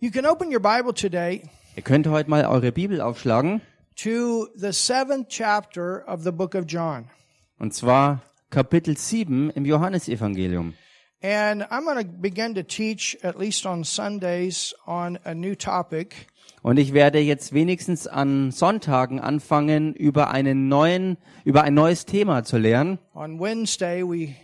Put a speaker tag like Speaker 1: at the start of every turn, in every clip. Speaker 1: You can open your Bible today
Speaker 2: Ihr könnt heute mal eure Bibel aufschlagen
Speaker 1: to the seventh chapter of the book of John.
Speaker 2: und zwar Kapitel 7 im Johannesevangelium.
Speaker 1: And I'm going to begin to teach, at least on Sundays, on a new topic.
Speaker 2: Und ich werde jetzt wenigstens an Sonntagen anfangen, über einen neuen, über ein neues Thema zu lernen.
Speaker 1: On Wednesday, we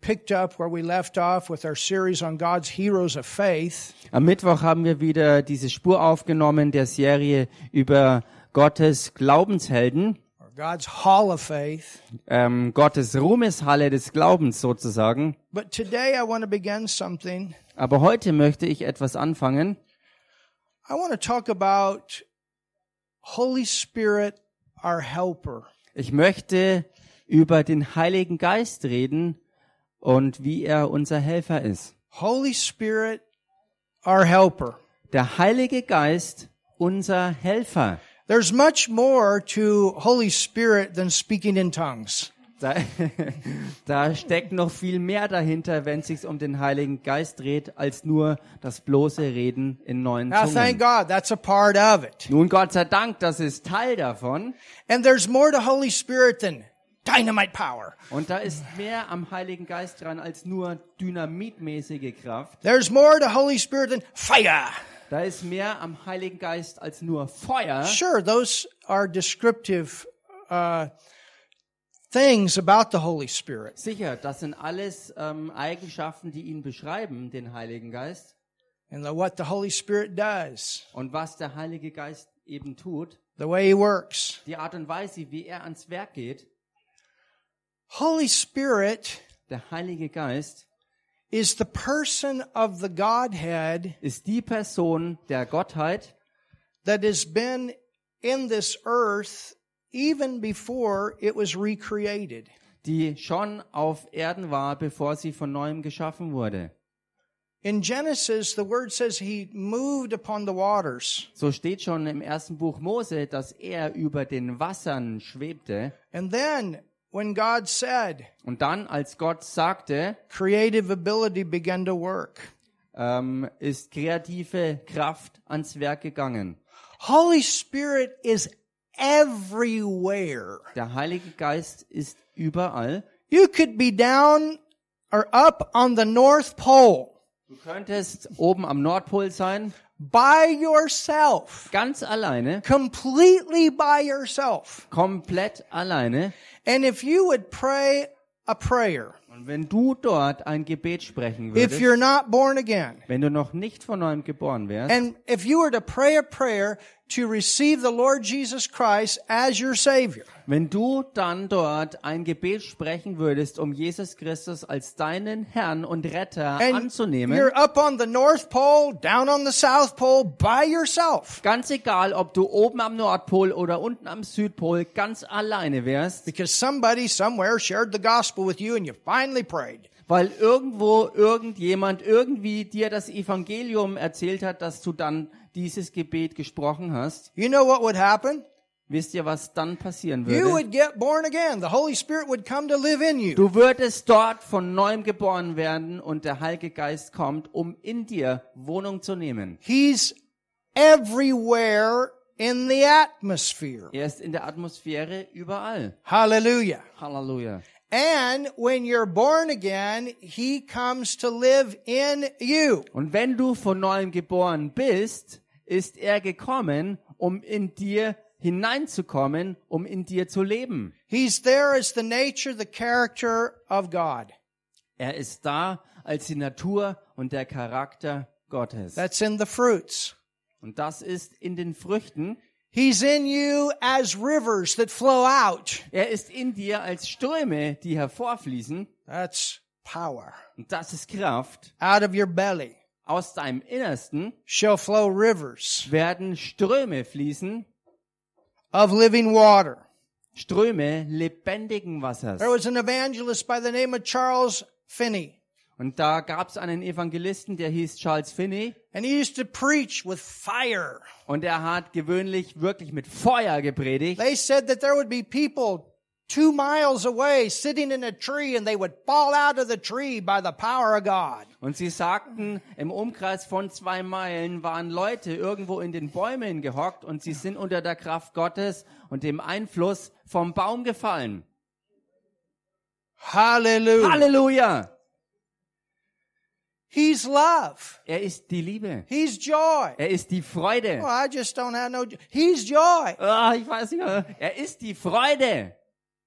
Speaker 1: picked up where we left off with our series on God's heroes of faith.
Speaker 2: Am Mittwoch haben wir wieder diese Spur aufgenommen der Serie über Gottes Glaubenshelden,
Speaker 1: or God's hall of faith.
Speaker 2: ähm, Gottes Ruhmeshalle des Glaubens sozusagen.
Speaker 1: But today I want to begin something.
Speaker 2: Aber heute möchte ich etwas anfangen.
Speaker 1: I want to talk about Holy Spirit, our helper.
Speaker 2: Ich möchte über den Heiligen Geist reden und wie er unser Helfer ist.
Speaker 1: Holy Spirit, our helper.
Speaker 2: Der Heilige Geist, unser Helfer.
Speaker 1: There's much more to Holy Spirit than speaking in tongues.
Speaker 2: Da, da steckt noch viel mehr dahinter, wenn es sich um den Heiligen Geist dreht, als nur das bloße Reden in neuen
Speaker 1: Now, thank
Speaker 2: Zungen.
Speaker 1: God, that's a part of it.
Speaker 2: Nun Gott sei Dank, das ist Teil davon.
Speaker 1: And there's more to Holy Spirit than dynamite power.
Speaker 2: Und da ist mehr am Heiligen Geist dran als nur dynamitmäßige Kraft.
Speaker 1: There's more to Holy Spirit than fire.
Speaker 2: Da ist mehr am Heiligen Geist als nur Feuer.
Speaker 1: Sure, those are descriptive uh, things about the Holy Spirit.
Speaker 2: Sicher, das sind alles ähm, Eigenschaften, die ihn beschreiben, den Heiligen Geist.
Speaker 1: and the, what the Holy Spirit does,
Speaker 2: Und was der Heilige Geist eben tut,
Speaker 1: the way He works.
Speaker 2: die Art und Weise, wie er ans Werk geht.
Speaker 1: Holy Spirit
Speaker 2: Der Heilige Geist
Speaker 1: is the person of the Godhead
Speaker 2: ist die Person der Gottheit,
Speaker 1: that has been in this earth even before it was recreated.
Speaker 2: die schon auf Erden war, bevor sie von neuem geschaffen wurde.
Speaker 1: In Genesis, the word says he moved upon the waters,
Speaker 2: So steht schon im ersten Buch Mose, dass er über den Wassern schwebte.
Speaker 1: and then when God said,
Speaker 2: Und dann, als Gott sagte,
Speaker 1: creative ability began to work.
Speaker 2: ähm, ist kreative Kraft ans Werk gegangen.
Speaker 1: Holy Spirit is everywhere.
Speaker 2: Der Heilige Geist ist überall.
Speaker 1: You could be down or up on the North Pole
Speaker 2: Du könntest oben am Nordpol sein,
Speaker 1: by yourself,
Speaker 2: ganz alleine,
Speaker 1: completely by yourself.
Speaker 2: komplett alleine.
Speaker 1: And if you would pray a prayer,
Speaker 2: Und wenn du dort ein Gebet sprechen
Speaker 1: if
Speaker 2: würdest,
Speaker 1: you're not born again,
Speaker 2: wenn du noch nicht von neuem geboren wärst,
Speaker 1: and if you were to pray a prayer to receive the Lord Jesus Christ as your Savior,
Speaker 2: wenn du dann dort ein Gebet sprechen würdest, um Jesus Christus als deinen Herrn und Retter
Speaker 1: and
Speaker 2: anzunehmen,
Speaker 1: you're up on the North Pole, down on the South Pole by yourself,
Speaker 2: ganz egal, ob du oben am Nordpol oder unten am Südpol ganz alleine wärst,
Speaker 1: because somebody somewhere shared the gospel with you and you finally prayed.
Speaker 2: weil irgendwo irgendjemand irgendwie dir das Evangelium erzählt hat, dass du dann dieses Gebet gesprochen hast.
Speaker 1: You know what would happen?
Speaker 2: Wisst ihr, was dann passieren
Speaker 1: You
Speaker 2: würde?
Speaker 1: would get born again. The Holy Spirit would come to live in you.
Speaker 2: Du würdest dort von neuem geboren werden und der Heilige Geist kommt, um in dir Wohnung zu nehmen.
Speaker 1: He's everywhere in the atmosphere.
Speaker 2: Er ist in der Atmosphäre überall.
Speaker 1: Hallelujah.
Speaker 2: Halleluja.
Speaker 1: And when you're born again, He comes to live in you.
Speaker 2: Und wenn du von neuem geboren bist, ist er gekommen, um in dir hineinzukommen, um in dir zu leben.
Speaker 1: He's there as the nature, the character of God.
Speaker 2: Er ist da als die Natur und der Charakter Gottes.
Speaker 1: That's in the fruits.
Speaker 2: Und das ist in den Früchten.
Speaker 1: He's in you as rivers that flow out.
Speaker 2: Er ist in dir als Ströme, die hervorfließen.
Speaker 1: That's power.
Speaker 2: Und das ist Kraft.
Speaker 1: Out of your belly
Speaker 2: Aus deinem Innersten
Speaker 1: shall flow rivers
Speaker 2: werden Ströme fließen.
Speaker 1: of living water.
Speaker 2: Ströme lebendigen Wassers.
Speaker 1: There was an evangelist by the name of Charles Finney,
Speaker 2: Und da gab es einen Evangelisten, der hieß Charles Finney.
Speaker 1: and he used to preach with fire.
Speaker 2: Und er hat gewöhnlich wirklich mit Feuer gepredigt.
Speaker 1: They said that there would be people two miles away sitting in a tree and they would fall out of the tree by the power of God.
Speaker 2: Und sie sagten, im Umkreis von zwei Meilen waren Leute irgendwo in den Bäumen gehockt und sie sind unter der Kraft Gottes und dem Einfluss vom Baum gefallen.
Speaker 1: Hallelujah.
Speaker 2: Halleluja!
Speaker 1: He's love.
Speaker 2: Er ist die Liebe.
Speaker 1: He's joy.
Speaker 2: Er ist die
Speaker 1: Well,
Speaker 2: Freude.
Speaker 1: I just don't have no. jo- He's joy.
Speaker 2: Ah, ich weiß nicht mehr. Er ist die Freude.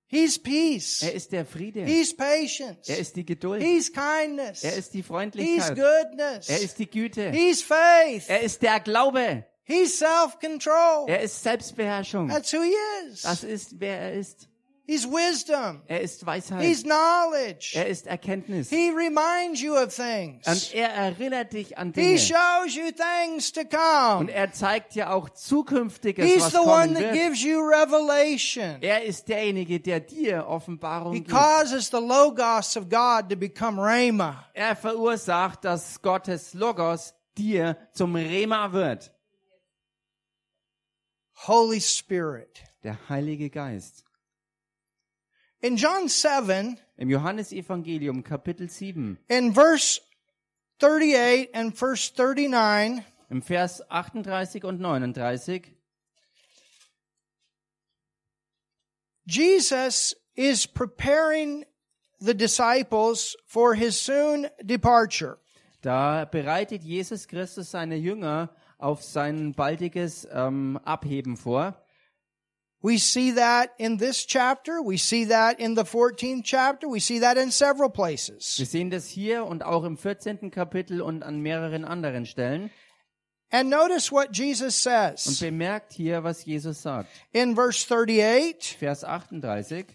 Speaker 1: He's peace.
Speaker 2: Er ist der Friede.
Speaker 1: He's patience.
Speaker 2: Er ist die Geduld.
Speaker 1: He's kindness.
Speaker 2: Er ist die
Speaker 1: He's
Speaker 2: Freundlichkeit.
Speaker 1: goodness.
Speaker 2: Er ist die Güte.
Speaker 1: He's faith.
Speaker 2: Er ist der Glaube.
Speaker 1: He's self-control.
Speaker 2: Er ist Selbstbeherrschung.
Speaker 1: That's who he is.
Speaker 2: Das ist, wer er ist.
Speaker 1: He's wisdom.
Speaker 2: Er ist Weisheit.
Speaker 1: He's knowledge.
Speaker 2: Er ist Erkenntnis.
Speaker 1: He reminds you of things.
Speaker 2: Und er erinnert dich an
Speaker 1: He
Speaker 2: Dinge.
Speaker 1: shows you things to
Speaker 2: Und
Speaker 1: come.
Speaker 2: er zeigt dir auch zukünftiges,
Speaker 1: He's
Speaker 2: was
Speaker 1: the one
Speaker 2: kommen
Speaker 1: that
Speaker 2: wird.
Speaker 1: gives you revelation.
Speaker 2: Er ist derjenige, der dir
Speaker 1: He
Speaker 2: Offenbarung gibt.
Speaker 1: causes the logos of God to become rhema.
Speaker 2: Er verursacht, dass Gottes Logos dir zum Rema wird.
Speaker 1: Holy Spirit.
Speaker 2: Der Heilige Geist.
Speaker 1: In John 7,
Speaker 2: Im Johannesevangelium Kapitel 7,
Speaker 1: in verse 38 and verse 39,
Speaker 2: im Vers 38 und 39,
Speaker 1: Jesus is preparing the disciples for his soon departure.
Speaker 2: da bereitet Jesus Christus seine Jünger auf sein baldiges ähm, Abheben vor.
Speaker 1: We see that in this chapter. We see that in the 14th chapter. We see that in several
Speaker 2: Wir
Speaker 1: places.
Speaker 2: sehen das hier und auch im 14. Kapitel und an mehreren anderen Stellen.
Speaker 1: And notice what Jesus
Speaker 2: Und
Speaker 1: says
Speaker 2: bemerkt hier, was Jesus sagt.
Speaker 1: in verse 38.
Speaker 2: Vers 38,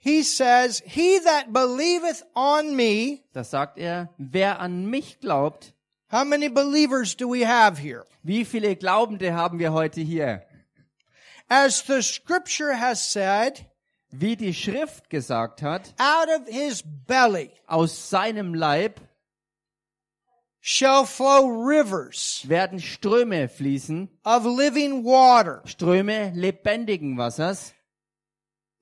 Speaker 1: He says, He that believeth on me,
Speaker 2: da sagt er, wer an mich glaubt,
Speaker 1: how many believers do we have here?
Speaker 2: wie viele Glaubende haben wir heute hier?
Speaker 1: As the scripture has said,
Speaker 2: Wie die Schrift gesagt hat,
Speaker 1: out of his belly
Speaker 2: aus seinem Leib
Speaker 1: shall flow rivers
Speaker 2: werden Ströme fließen,
Speaker 1: of living water.
Speaker 2: Ströme lebendigen Wassers.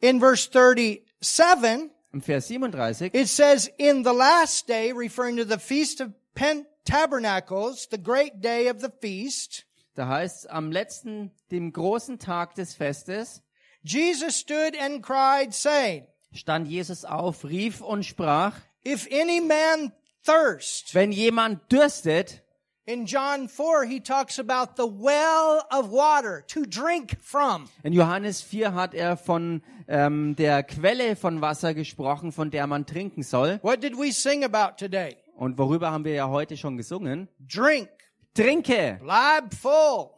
Speaker 1: In verse 37,
Speaker 2: Im Vers 37,
Speaker 1: It says, in the last day, referring to the Feast of Pen- Tabernacles, the great day of the feast,
Speaker 2: da heißt es, am letzten, dem großen Tag des Festes,
Speaker 1: Jesus stood and cried, saying,
Speaker 2: stand Jesus auf, rief und sprach,
Speaker 1: If any man thirst,
Speaker 2: wenn jemand dürstet,
Speaker 1: in John 4, he talks about the well of water to drink from.
Speaker 2: In Johannes 4 hat er von ähm, der Quelle von Wasser gesprochen, von der man trinken soll.
Speaker 1: What did we sing about today?
Speaker 2: Und worüber haben wir ja heute schon gesungen?
Speaker 1: Drink,
Speaker 2: Trinke,
Speaker 1: live full,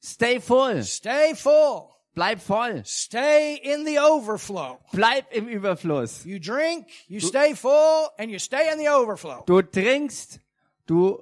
Speaker 2: stay full,
Speaker 1: stay full,
Speaker 2: bleib voll,
Speaker 1: stay in the overflow.
Speaker 2: bleib im Überfluss.
Speaker 1: You drink, you stay full, and you stay in the overflow.
Speaker 2: Du trinkst, du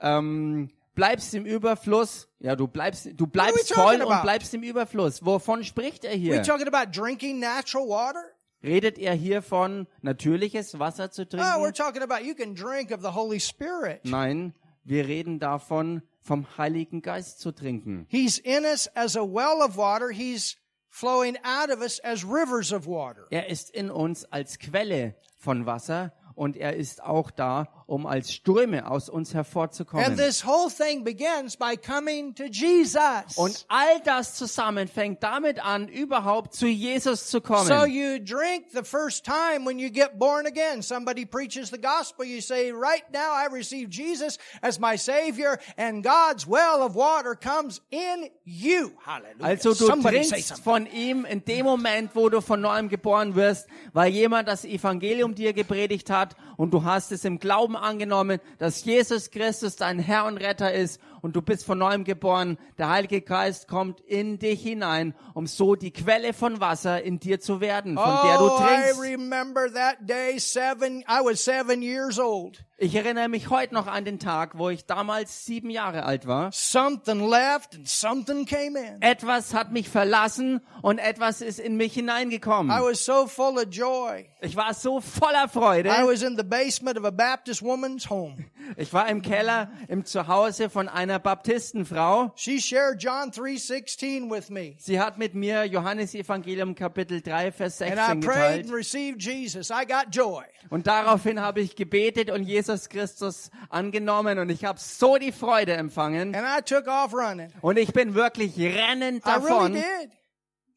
Speaker 2: ähm, bleibst im Überfluss. Ja, du bleibst, du bleibst
Speaker 1: What are we
Speaker 2: voll
Speaker 1: talking
Speaker 2: und
Speaker 1: about?
Speaker 2: bleibst im Überfluss. Wovon spricht er
Speaker 1: We
Speaker 2: hier?
Speaker 1: talking about drinking natural water?
Speaker 2: Redet er hier von natürliches Wasser zu
Speaker 1: No, Ah, we're
Speaker 2: trinken?
Speaker 1: talking about you can drink of the Holy Spirit.
Speaker 2: Nein, wir reden davon, vom Heiligen Geist zu trinken.
Speaker 1: He's in us as a well of water. He's flowing out of us as rivers of water.
Speaker 2: Er ist in uns als Quelle von Wasser und er ist auch da, um als Ströme aus uns
Speaker 1: And
Speaker 2: hervorzukommen.
Speaker 1: this whole thing begins by coming to Jesus.
Speaker 2: Und all das zusammen fängt damit an, überhaupt zu Jesus zu
Speaker 1: So
Speaker 2: kommen.
Speaker 1: you drink the first time when you get born again. Somebody preaches the gospel. You say, right now I receive Jesus as my savior and God's well of water comes in you. Hallelujah.
Speaker 2: Also du
Speaker 1: Somebody say
Speaker 2: trinkst
Speaker 1: something.
Speaker 2: von ihm in dem Moment, wo du von neuem geboren wirst, weil jemand das Evangelium dir gepredigt hat und du hast es im Glauben angenommen, dass Jesus Christus dein Herr und Retter ist und du bist von neuem geboren. Der Heilige Geist kommt in dich hinein, um so die Quelle von Wasser in dir zu werden, von der du
Speaker 1: oh, I
Speaker 2: trinkst.
Speaker 1: remember that day seven, I was seven years old.
Speaker 2: Ich erinnere mich heute noch an den Tag, wo ich damals sieben Jahre alt war.
Speaker 1: Something left and something came in.
Speaker 2: Etwas hat mich verlassen und etwas ist in mich
Speaker 1: I
Speaker 2: hineingekommen.
Speaker 1: was so full of joy.
Speaker 2: Ich war so voller Freude.
Speaker 1: I was in the basement of a Baptist woman's home.
Speaker 2: Ich war im Keller im Zuhause von einer Baptistenfrau.
Speaker 1: She shared John 3:16 with me.
Speaker 2: Sie hat mit mir Johannes Evangelium Kapitel 3 Vers
Speaker 1: And I
Speaker 2: 16
Speaker 1: prayed and
Speaker 2: geteilt
Speaker 1: received Jesus. I got joy.
Speaker 2: und daraufhin habe ich gebetet und Jesus Christus angenommen und ich habe so die Freude empfangen
Speaker 1: And I took off running.
Speaker 2: und ich bin wirklich rennend
Speaker 1: I really
Speaker 2: davon,
Speaker 1: did.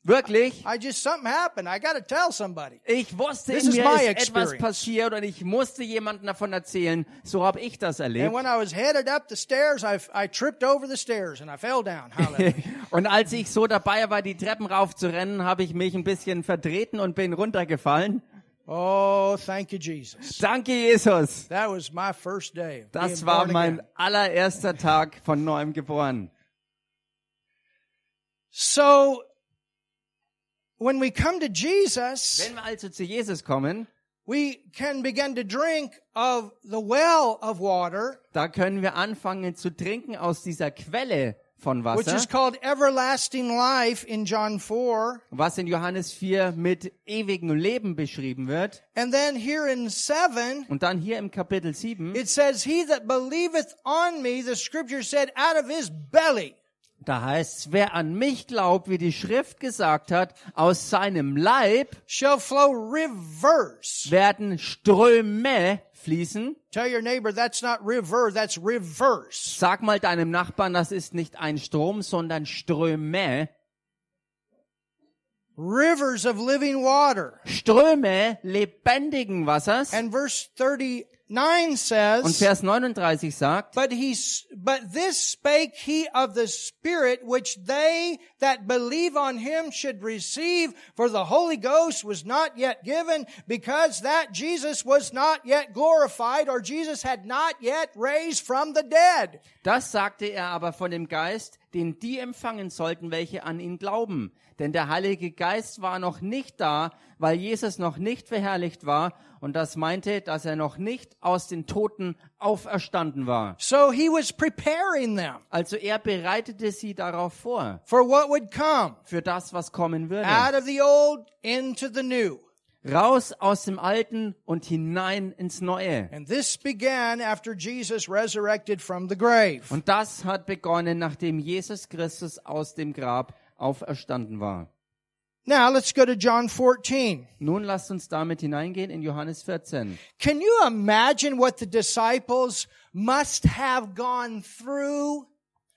Speaker 2: wirklich.
Speaker 1: I just something happened. I got to tell somebody.
Speaker 2: Ich wusste,
Speaker 1: This
Speaker 2: in
Speaker 1: is
Speaker 2: mir
Speaker 1: my
Speaker 2: ist etwas
Speaker 1: experience.
Speaker 2: passiert und ich musste jemandem davon erzählen. So habe ich das
Speaker 1: And
Speaker 2: erlebt.
Speaker 1: when I was headed up the stairs, I, I tripped over the stairs and I fell down. Hallelujah.
Speaker 2: Und als ich so dabei war, die Treppen raufzurennen, habe ich mich ein bisschen vertreten und bin runtergefallen.
Speaker 1: oh, thank you, Jesus.
Speaker 2: Danke, Jesus.
Speaker 1: That was my first day. of
Speaker 2: Das
Speaker 1: being
Speaker 2: war
Speaker 1: born
Speaker 2: mein
Speaker 1: again.
Speaker 2: allererster Tag von neuem geboren.
Speaker 1: So when we come to Jesus,
Speaker 2: Wenn wir also zu Jesus kommen,
Speaker 1: we can begin to drink of the well of water,
Speaker 2: da können wir anfangen zu trinken aus dieser Quelle von
Speaker 1: which
Speaker 2: Wasser,
Speaker 1: is called everlasting life in John 4.
Speaker 2: was in Johannes 4 mit ewigem Leben beschrieben wird.
Speaker 1: And then here in 7,
Speaker 2: Und dann hier im Kapitel 7,
Speaker 1: it says, He that believeth on me, the scripture said, out of his belly.
Speaker 2: da heißt es, wer an mich glaubt, wie die Schrift gesagt hat, aus seinem Leib
Speaker 1: shall flow rivers.
Speaker 2: werden Ströme fließen.
Speaker 1: Tell your neighbor that's not river, that's reverse.
Speaker 2: Sag mal deinem Nachbarn, das ist nicht ein Strom, sondern Ströme.
Speaker 1: Rivers of living water.
Speaker 2: Ströme lebendigen Wassers.
Speaker 1: And verse 39 says,
Speaker 2: Und Vers 39 sagt,
Speaker 1: but he, s- but this spake he of the Spirit, which they that believe on him should receive, for the Holy Ghost was not yet given, because that Jesus was not yet glorified, or Jesus had not yet raised from the dead.
Speaker 2: das sagte er aber von dem Geist, den die empfangen sollten, welche an ihn glauben. Denn der Heilige Geist war noch nicht da, weil Jesus noch nicht verherrlicht war. Und das meinte, dass er noch nicht aus den Toten auferstanden war.
Speaker 1: So he was preparing them
Speaker 2: Also er bereitete sie darauf vor,
Speaker 1: for what would come.
Speaker 2: für das, was kommen würde.
Speaker 1: out of the old into the new.
Speaker 2: Raus aus dem Alten und hinein ins Neue.
Speaker 1: And this began after Jesus resurrected from the grave.
Speaker 2: Und das hat begonnen, nachdem Jesus Christus aus dem Grab auferstanden war.
Speaker 1: Now let's go to John 14.
Speaker 2: Nun lasst uns damit hineingehen in Johannes 14.
Speaker 1: Can you imagine what the disciples must have gone through?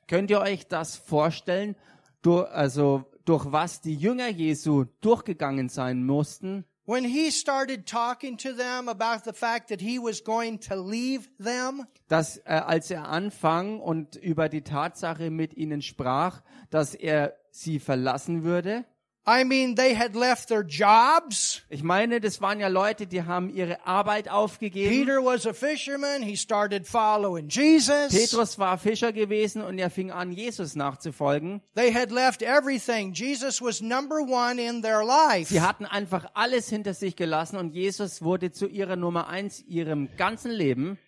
Speaker 2: Könnt ihr euch das vorstellen, durch, also durch was die Jünger Jesu durchgegangen sein mussten,
Speaker 1: When he started talking to them about the fact that he was going to leave them,
Speaker 2: dass äh, als er anfang und über die Tatsache mit ihnen sprach, dass er sie verlassen würde?
Speaker 1: I mean, they had left their jobs.
Speaker 2: Ich meine, das waren ja Leute, die haben ihre Arbeit aufgegeben.
Speaker 1: Peter was a fisherman. He started following Jesus.
Speaker 2: Petrus war Fischer gewesen und er fing an, Jesus nachzufolgen.
Speaker 1: They had left everything. Jesus was number one in their life.
Speaker 2: Sie hatten einfach alles hinter sich gelassen und Jesus wurde zu ihrer Nummer eins ihrem ganzen Leben.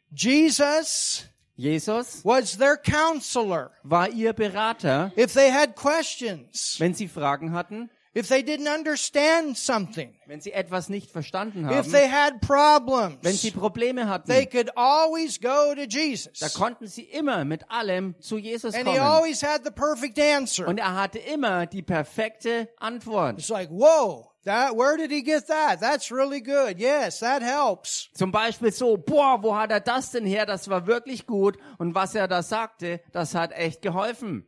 Speaker 1: Jesus
Speaker 2: Jesus
Speaker 1: was their counselor.
Speaker 2: war ihr Berater,
Speaker 1: If they had questions,
Speaker 2: wenn sie Fragen hatten,
Speaker 1: if they didn't understand something,
Speaker 2: wenn sie etwas nicht verstanden
Speaker 1: if
Speaker 2: haben,
Speaker 1: they had
Speaker 2: wenn
Speaker 1: problems,
Speaker 2: sie Probleme
Speaker 1: they
Speaker 2: hatten.
Speaker 1: could always go to
Speaker 2: Da
Speaker 1: Jesus.
Speaker 2: konnten sie immer mit allem zu Jesus
Speaker 1: And he
Speaker 2: kommen.
Speaker 1: always had the perfect answer.
Speaker 2: Und er hatte immer die perfekte Antwort.
Speaker 1: It's like, whoa, that, where did he get that? That's really good. Yes, that helps.
Speaker 2: Zum Beispiel so, boah, wo hat er das denn her? Das war wirklich gut. Und was er da sagte, das hat echt geholfen.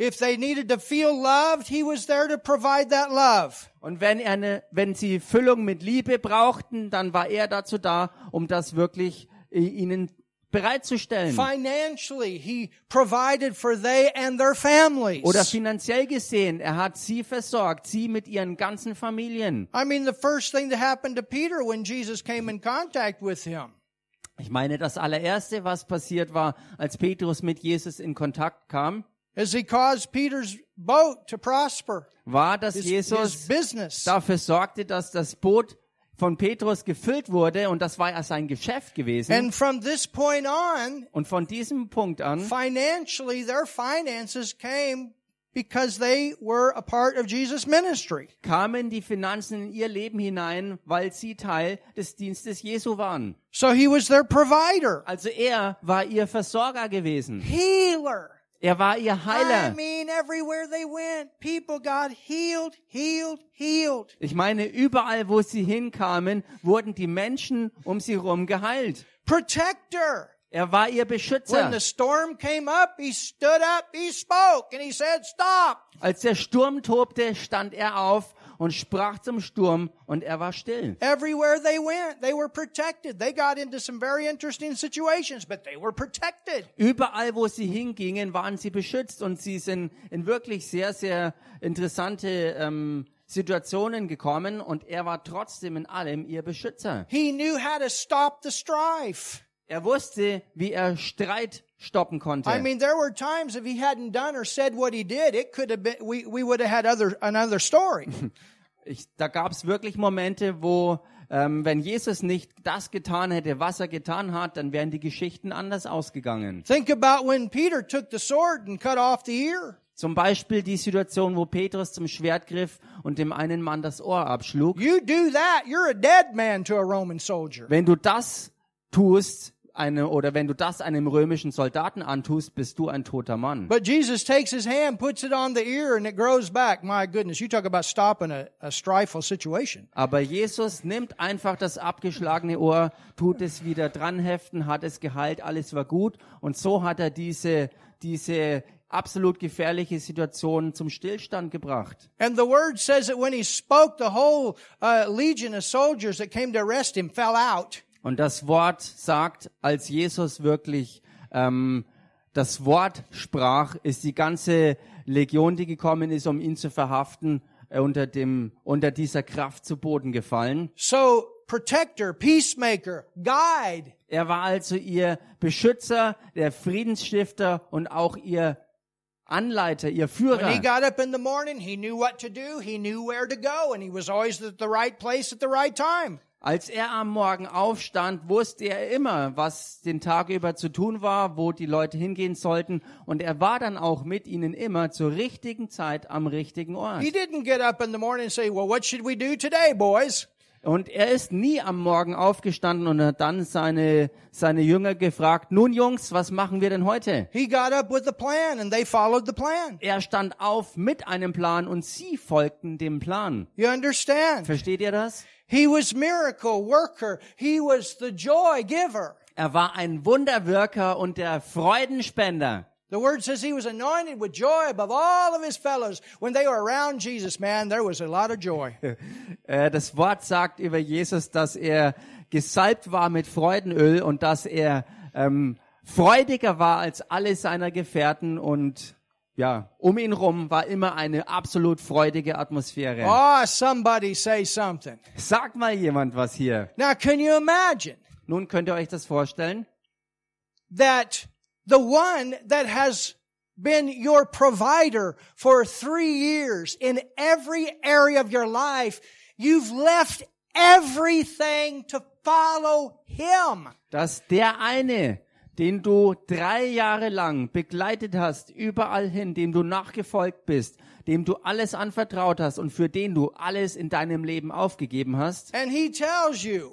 Speaker 1: If they needed to feel loved, he was there to provide that love.
Speaker 2: Und wenn, er eine, wenn sie Füllung mit Liebe brauchten, dann war er dazu da, um das wirklich äh, ihnen bereitzustellen.
Speaker 1: Financially, he provided for they and their families.
Speaker 2: Oder finanziell gesehen, er hat sie versorgt, sie mit ihren ganzen Familien.
Speaker 1: I mean, the first thing that happened to Peter when Jesus came in contact with him,
Speaker 2: Ich meine, das allererste, was passiert war, als Petrus mit Jesus in Kontakt kam,
Speaker 1: is he caused Peter's boat to prosper.
Speaker 2: war, dass
Speaker 1: His, his
Speaker 2: Jesus
Speaker 1: business.
Speaker 2: dafür sorgte, dass das Boot von Petrus gefüllt wurde und das war ja sein Geschäft gewesen.
Speaker 1: And from this point on,
Speaker 2: Und von diesem Punkt an
Speaker 1: financially, their finances came because they were a part of Jesus' ministry.
Speaker 2: kamen die Finanzen in ihr Leben hinein, weil sie Teil des Dienstes Jesu waren.
Speaker 1: So he was their provider,
Speaker 2: Also er war ihr Versorger gewesen.
Speaker 1: healer.
Speaker 2: Er war ihr
Speaker 1: I
Speaker 2: Heiler.
Speaker 1: mean, everywhere they went, people got healed, healed, healed.
Speaker 2: Ich meine, überall, wo sie hinkamen, wurden die Menschen um sie herum geheilt.
Speaker 1: Protector.
Speaker 2: Er war ihr
Speaker 1: When
Speaker 2: Beschützer.
Speaker 1: the storm came up, he stood up, he spoke, and he said, Stop.
Speaker 2: Als der Sturm tobte, stand er auf und sprach zum Sturm und er war still.
Speaker 1: Everywhere they went, they were protected. They got into some very interesting situations, but they were protected.
Speaker 2: Überall, wo sie hingingen, waren sie beschützt und sie sind in wirklich sehr, sehr interessante ähm, Situationen gekommen und er war trotzdem in allem ihr Beschützer.
Speaker 1: He knew how to stop the strife.
Speaker 2: Er wusste, wie er Streit stoppen konnte.
Speaker 1: I mean, there were times if he hadn't done or said what he did, it could have been, we, we would have had other, another story.
Speaker 2: ich, da gab es wirklich Momente, wo ähm, wenn Jesus nicht das getan hätte, was er getan hat, dann wären die Geschichten anders ausgegangen.
Speaker 1: Think about when Peter took the sword and cut off the ear.
Speaker 2: Zum Beispiel die Situation, wo Petrus zum Schwert griff und dem einen Mann das Ohr abschlug.
Speaker 1: You do that, you're a dead man to a Roman soldier.
Speaker 2: Wenn du das tust, eine, oder wenn du das einem römischen Soldaten antust, bist du ein toter Mann.
Speaker 1: But Jesus takes his hand, puts it on the ear, and it grows back. My goodness, you talk about stopping a, a strifeful situation.
Speaker 2: Aber Jesus nimmt einfach das abgeschlagene Ohr, tut es wieder dranheften, hat es geheilt, alles war gut. Und so hat er diese, diese absolut gefährliche Situation zum Stillstand gebracht.
Speaker 1: And the word says that when he spoke, the whole uh, legion of soldiers that came to arrest him fell out.
Speaker 2: Und das Wort sagt, als Jesus wirklich ähm, das Wort sprach, ist die ganze Legion, die gekommen ist, um ihn zu verhaften, äh, unter, dem, unter dieser Kraft zu Boden gefallen.
Speaker 1: So, protector, peacemaker, guide,
Speaker 2: Er war also ihr Beschützer, der Friedensstifter und auch ihr Anleiter, ihr
Speaker 1: When he
Speaker 2: Führer.
Speaker 1: got up in the morning, he knew what to do, he knew where to go, and he was always at the right place at the right time.
Speaker 2: Als er am Morgen aufstand, wusste er immer, was den Tag über zu tun war, wo die Leute hingehen sollten. Und er war dann auch mit ihnen immer zur richtigen Zeit am richtigen Ort.
Speaker 1: He didn't get up in the morning and say, Well, what should we do today, boys?
Speaker 2: Und er ist nie am Morgen aufgestanden und hat dann seine, seine Jünger gefragt, nun Jungs, was machen wir denn heute?
Speaker 1: He got up with a plan, and they followed the plan.
Speaker 2: Er stand auf mit einem Plan und sie folgten dem Plan.
Speaker 1: You understand?
Speaker 2: Versteht ihr das?
Speaker 1: He was miracle worker, he was the joy giver.
Speaker 2: Er war ein Wunderwirker und der Freudenspender.
Speaker 1: The word says he was anointed with joy above all of his fellows. When they were around Jesus, man, there was a lot of joy.
Speaker 2: Äh, Das Wort sagt über Jesus, dass er gesalbt war mit Freudenöl und dass er ähm, freudiger war als alle seiner Gefährten und ja, um ihn rum war immer eine absolut freudige Atmosphäre.
Speaker 1: Ah, somebody say something.
Speaker 2: Sag mal jemand was hier.
Speaker 1: Now, can you imagine?
Speaker 2: Nun könnt ihr euch das vorstellen.
Speaker 1: that the one that has been your provider for three years in every area of your life, you've left everything to follow him.
Speaker 2: dass der eine, den du drei Jahre lang begleitet hast, überall hin, dem du nachgefolgt bist, dem du alles anvertraut hast und für den du alles in deinem Leben aufgegeben hast,
Speaker 1: And he tells you,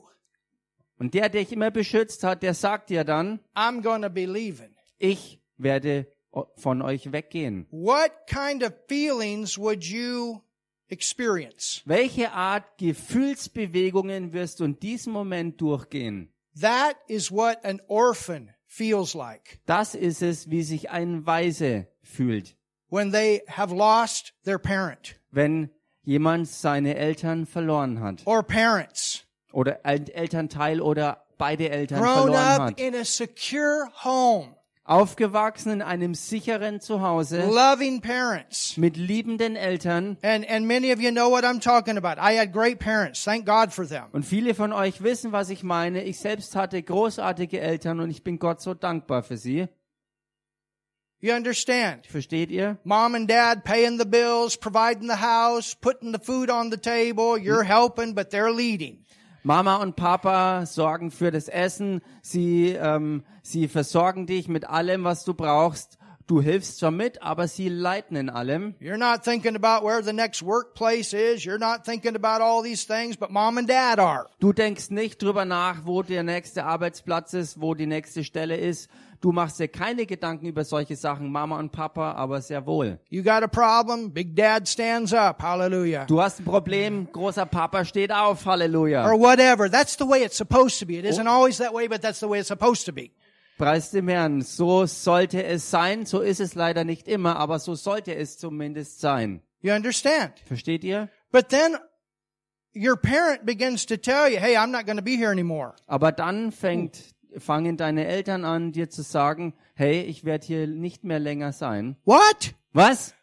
Speaker 2: und der dich immer beschützt hat, der sagt dir dann,
Speaker 1: I'm going to be leaving.
Speaker 2: ich werde o- von euch weggehen.
Speaker 1: What kind of feelings would you experience?
Speaker 2: Welche Art Gefühlsbewegungen wirst du in diesem Moment durchgehen?
Speaker 1: That is what an orphan feels like
Speaker 2: Das ist es, wie sich ein Weise fühlt,
Speaker 1: when they have lost their parent
Speaker 2: wenn jemand seine Eltern verloren hat.
Speaker 1: or parents.
Speaker 2: oder ein Elternteil oder beide Eltern
Speaker 1: grown
Speaker 2: verloren
Speaker 1: up
Speaker 2: hat.
Speaker 1: in a secure home,
Speaker 2: Aufgewachsen in einem sicheren Zuhause
Speaker 1: loving parents.
Speaker 2: mit liebenden Eltern.
Speaker 1: And, and many of you know what I'm talking about. I had great parents. Thank God for them.
Speaker 2: Und viele von euch wissen, was ich meine. Ich selbst hatte großartige Eltern und ich bin Gott so dankbar für sie.
Speaker 1: You understand?
Speaker 2: Versteht ihr?
Speaker 1: Mom and dad paying the bills, providing the house, putting the food on the table. You're helping, but they're leading.
Speaker 2: Mama und Papa sorgen für das Essen. Sie, ähm, sie versorgen dich mit allem, was du brauchst. Du hilfst zwar mit, aber sie leiten in allem.
Speaker 1: You're not thinking about where the next workplace is. You're not thinking about all these things, but mom and dad are.
Speaker 2: Du denkst nicht drüber nach, wo der nächste Arbeitsplatz ist, wo die nächste Stelle ist. Du machst dir keine Gedanken über solche Sachen, Mama und Papa, aber sehr wohl.
Speaker 1: You got a problem? Big dad stands up. Hallelujah.
Speaker 2: Du hast ein Problem, großer Papa steht auf,
Speaker 1: Or
Speaker 2: Halleluja.
Speaker 1: whatever. That's the way it's supposed to be. It isn't always that way, but that's the way it's supposed to be.
Speaker 2: Preis dem Herrn, so sollte es sein, so ist es leider nicht immer, aber so sollte es zumindest sein.
Speaker 1: You understand?
Speaker 2: Versteht ihr?
Speaker 1: But then your parent begins to tell you, hey, I'm not going to be here anymore.
Speaker 2: Aber dann fängt, fangen deine Eltern an, dir zu sagen, hey, ich werde hier nicht mehr länger sein.
Speaker 1: What?
Speaker 2: Was?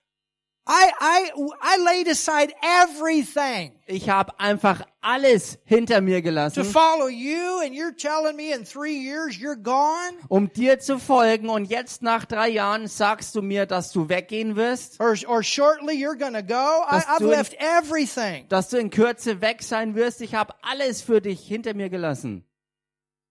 Speaker 1: I, I, I laid aside everything
Speaker 2: Ich habe einfach alles hinter mir
Speaker 1: to
Speaker 2: gelassen,
Speaker 1: follow you and you're telling me in three years you're gone?
Speaker 2: um dir zu folgen. Und jetzt nach drei Jahren sagst du mir, dass du weggehen wirst,
Speaker 1: Or, or shortly you're going to go? I,
Speaker 2: Dass
Speaker 1: I've
Speaker 2: du-
Speaker 1: left everything.
Speaker 2: dass du in Kürze weg sein wirst. Ich habe alles für dich hinter mir gelassen.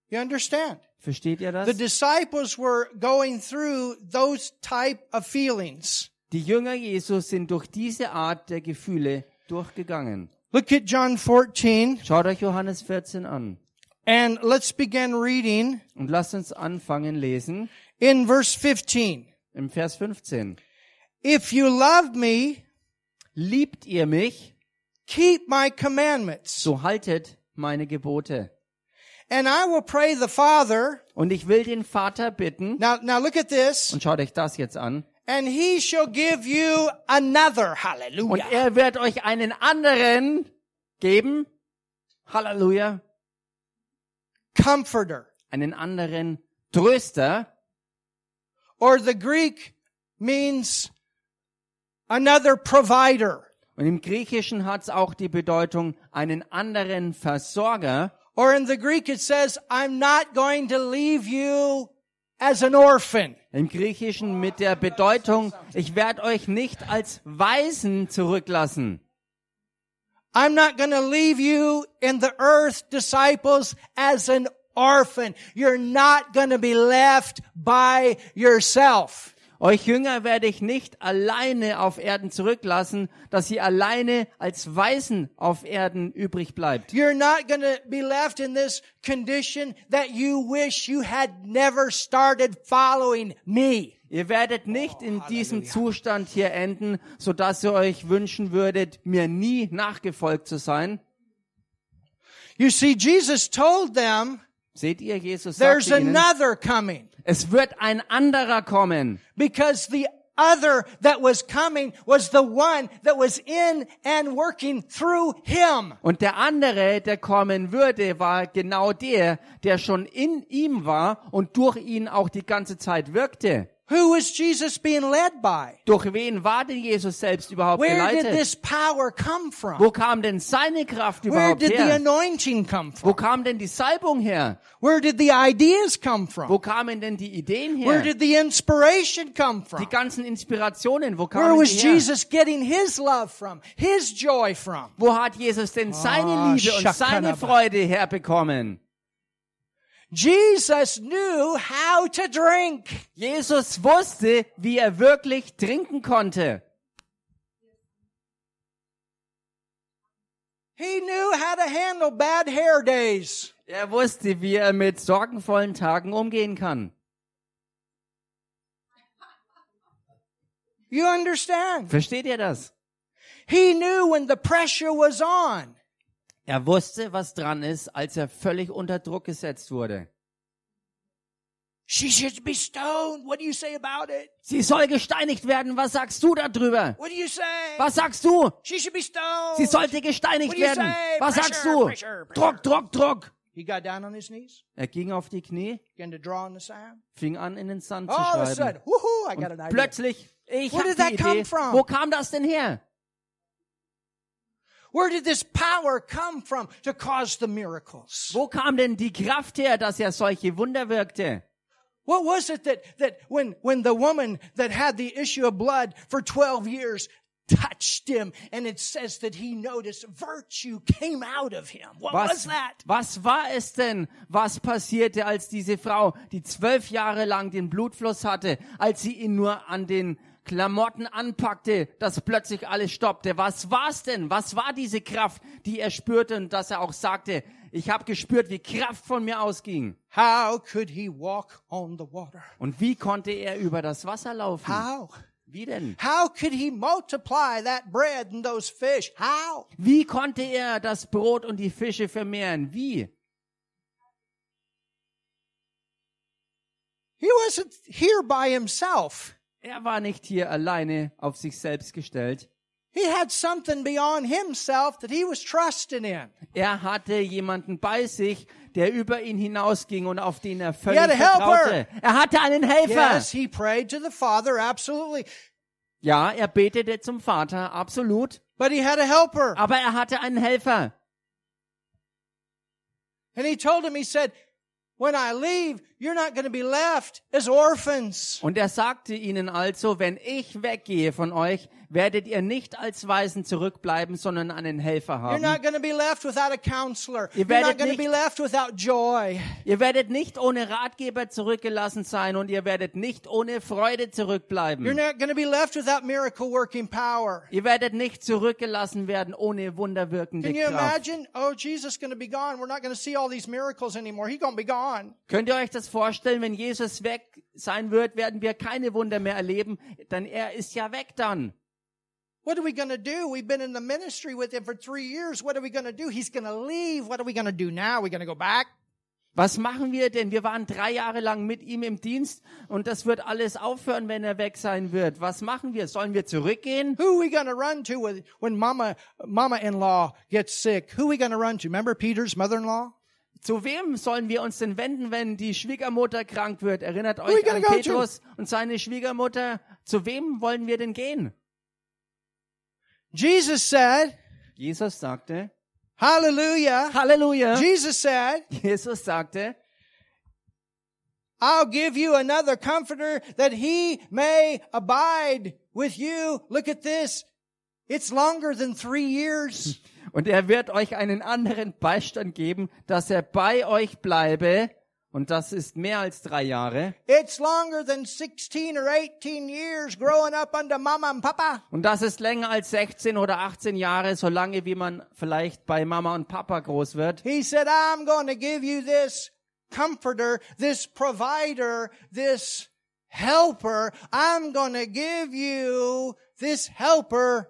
Speaker 1: You understand?
Speaker 2: Versteht ihr
Speaker 1: The
Speaker 2: das?
Speaker 1: disciples were going through those type of feelings.
Speaker 2: Die Jünger Jesus sind durch diese Art der Gefühle durchgegangen.
Speaker 1: Look at John 14
Speaker 2: Schaut euch Johannes 14 an
Speaker 1: and let's begin reading
Speaker 2: und lasst uns anfangen lesen
Speaker 1: in verse 15.
Speaker 2: im Vers 15.
Speaker 1: If you love me,
Speaker 2: Liebt ihr mich,
Speaker 1: keep my commandments.
Speaker 2: so haltet meine Gebote.
Speaker 1: And I will pray the Father.
Speaker 2: Und ich will den Vater bitten,
Speaker 1: Now, now look at this.
Speaker 2: und schaut euch das jetzt an,
Speaker 1: And he shall give you another.
Speaker 2: und
Speaker 1: Hallelujah.
Speaker 2: er wird euch einen anderen geben, Halleluja,
Speaker 1: Comforter.
Speaker 2: einen anderen Tröster,
Speaker 1: Or the Greek means another provider
Speaker 2: und im Griechischen hat's auch die Bedeutung, einen anderen Versorger,
Speaker 1: Or in the Greek it says, I'm not going to leave you as an orphan.
Speaker 2: Im Griechischen mit der Bedeutung, ich werde euch nicht als Waisen zurücklassen.
Speaker 1: I'm not going to leave you in the earth, disciples, as an orphan. You're not going to be left by yourself.
Speaker 2: Euch Jünger werde ich nicht alleine auf Erden zurücklassen, dass ihr alleine als Waisen auf Erden übrig bleibt.
Speaker 1: You're not going to be left in this condition that you wish you had never started following me.
Speaker 2: Ihr werdet nicht
Speaker 1: Oh,
Speaker 2: in diesem Zustand hier enden, so dass ihr euch wünschen würdet, mir nie nachgefolgt zu sein.
Speaker 1: You see, Jesus told them
Speaker 2: Seht ihr, Jesus sagt
Speaker 1: there's
Speaker 2: ihnen,
Speaker 1: another coming
Speaker 2: es wird ein anderer kommen.
Speaker 1: because the other that was coming was the one that was in and working through him.
Speaker 2: Und der andere, der kommen würde, war genau der, der schon in ihm war und durch ihn auch die ganze Zeit wirkte.
Speaker 1: Who was Jesus being led by?
Speaker 2: Durch wen war denn Jesus selbst überhaupt
Speaker 1: Where did
Speaker 2: geleitet?
Speaker 1: this power come from?
Speaker 2: Wo kam denn seine Kraft
Speaker 1: Where
Speaker 2: überhaupt
Speaker 1: did the
Speaker 2: her?
Speaker 1: anointing come
Speaker 2: Wo
Speaker 1: from?
Speaker 2: kam denn die Salbung her?
Speaker 1: Where did the ideas come
Speaker 2: Wo
Speaker 1: from?
Speaker 2: kamen denn die Ideen
Speaker 1: Where
Speaker 2: her?
Speaker 1: did the inspiration come
Speaker 2: Die
Speaker 1: from?
Speaker 2: ganzen Inspirationen, wo
Speaker 1: Where
Speaker 2: kamen
Speaker 1: was
Speaker 2: die her?
Speaker 1: Jesus getting his love from? His joy from?
Speaker 2: Wo hat Jesus denn seine
Speaker 1: Ah,
Speaker 2: Liebe und
Speaker 1: Shakanaba.
Speaker 2: seine Freude herbekommen?
Speaker 1: Jesus knew how to drink.
Speaker 2: Jesus wusste, wie er wirklich trinken konnte.
Speaker 1: He knew how to handle bad hair days.
Speaker 2: Er wusste, wie er mit sorgenvollen Tagen umgehen kann.
Speaker 1: You understand?
Speaker 2: Versteht ihr das?
Speaker 1: He knew when the pressure was on.
Speaker 2: Er wusste, was dran ist, als er völlig unter Druck gesetzt wurde.
Speaker 1: She should be stoned. What do you say about it?
Speaker 2: Sie soll gesteinigt werden. Was sagst du darüber?
Speaker 1: What do you say?
Speaker 2: Was sagst du?
Speaker 1: She should be stoned.
Speaker 2: Sie sollte gesteinigt
Speaker 1: What do you
Speaker 2: werden.
Speaker 1: say?
Speaker 2: Was
Speaker 1: Pressure,
Speaker 2: sagst du?
Speaker 1: pressure, pressure.
Speaker 2: Druck, Druck, Druck.
Speaker 1: He got down on his knees,
Speaker 2: Er ging auf die Knie,
Speaker 1: began to draw on the sand.
Speaker 2: fing an, in den Sand zu
Speaker 1: All of a
Speaker 2: schreiben.
Speaker 1: sudden, woohoo, I got an
Speaker 2: Und
Speaker 1: idea.
Speaker 2: plötzlich, ich
Speaker 1: Where
Speaker 2: hab
Speaker 1: did
Speaker 2: die
Speaker 1: that come
Speaker 2: Idee.
Speaker 1: from?
Speaker 2: Wo kam das denn her?
Speaker 1: Where did this power come from to cause the miracles?
Speaker 2: Wo kam denn die Kraft her, dass er solche Wunder wirkte?
Speaker 1: What was it that, that when, when the woman that had the issue of blood for 12 years touched him. And it says that he noticed virtue came out of him. What was
Speaker 2: Was,
Speaker 1: that?
Speaker 2: was war es denn? Was passierte, als diese Frau, die zwölf Jahre lang den Blutfluss hatte, als sie ihn nur an den Klamotten anpackte, dass plötzlich alles stoppte? Was war's denn? Was war diese Kraft, die er spürte und dass er auch sagte, ich habe gespürt, wie Kraft von mir ausging?
Speaker 1: How could he walk on the water?
Speaker 2: Und wie konnte er über das Wasser laufen?
Speaker 1: How?
Speaker 2: Wie denn?
Speaker 1: How could he multiply that bread and those fish? How?
Speaker 2: Wie konnte er das Brot und die Fische vermehren? Wie?
Speaker 1: He wasn't here by himself.
Speaker 2: Er war nicht hier alleine auf sich selbst gestellt.
Speaker 1: He had something beyond himself that he was trusting in.
Speaker 2: Er hatte jemanden bei sich, der über ihn hinausging und auf den er völlig
Speaker 1: had a
Speaker 2: vertraute. Er hatte einen Helfer.
Speaker 1: Yes, he prayed to the Father, absolutely.
Speaker 2: Ja, er betete zum Vater, absolut.
Speaker 1: But he had a helper.
Speaker 2: Aber er hatte einen Helfer.
Speaker 1: And he told him, he said, when I leave, you're not going to be left as orphans.
Speaker 2: Und er sagte ihnen also, wenn ich weggehe von euch, werdet ihr nicht als Waisen zurückbleiben, sondern einen Helfer
Speaker 1: You're
Speaker 2: haben.
Speaker 1: not going to be left without a counselor.
Speaker 2: Ihr
Speaker 1: You're not going
Speaker 2: werdet
Speaker 1: to
Speaker 2: nicht-
Speaker 1: be left without joy.
Speaker 2: Ihr werdet nicht ohne Ratgeber zurückgelassen sein und ihr werdet nicht ohne Freude
Speaker 1: You're
Speaker 2: zurückbleiben.
Speaker 1: not going to be left without miracle working power.
Speaker 2: Ihr werdet nicht zurückgelassen werden ohne wunderwirkende
Speaker 1: Can you
Speaker 2: Kraft.
Speaker 1: imagine? Oh, Jesus is going to be gone. We're not going to see all these miracles anymore. He's going to be gone.
Speaker 2: Könnt ihr euch das vorstellen, wenn Jesus weg sein wird, werden wir keine Wunder mehr erleben, denn er ist ja weg dann.
Speaker 1: What are we going to do? We've been in the ministry with him for three years. What are we going to do? He's going to leave. What are we going to do now? Are we going to go back?
Speaker 2: Was machen wir denn? Wir waren drei Jahre lang mit ihm im Dienst und das wird alles aufhören, wenn er weg sein wird. Was machen wir? Sollen wir zurückgehen?
Speaker 1: Who are we going to run to with, when mama, mama-in-law gets sick? Who are we going to run to? Remember Peter's mother-in-law?
Speaker 2: Zu wem sollen wir uns denn wenden, wenn die Schwiegermutter krank wird? Erinnert
Speaker 1: are you
Speaker 2: euch
Speaker 1: gonna
Speaker 2: an
Speaker 1: go to?
Speaker 2: Petrus und seine Schwiegermutter? Zu wem wollen wir denn gehen?
Speaker 1: Jesus said,
Speaker 2: Jesus sagte,
Speaker 1: hallelujah.
Speaker 2: Halleluja.
Speaker 1: Jesus said,
Speaker 2: Jesus sagte,
Speaker 1: I'll give you another comforter that he may abide with you. Look at this. It's longer than three years.
Speaker 2: Und er wird euch einen anderen Beistand geben, dass er bei euch bleibe. Und das ist mehr als drei Jahre.
Speaker 1: It's longer than 16 or 18 years growing up under mama and papa.
Speaker 2: Und das ist länger als 16 oder 18 Jahre, solange wie man vielleicht bei Mama und Papa groß wird.
Speaker 1: He said, I'm going to give you this comforter, this provider, this helper. I'm going to give you this helper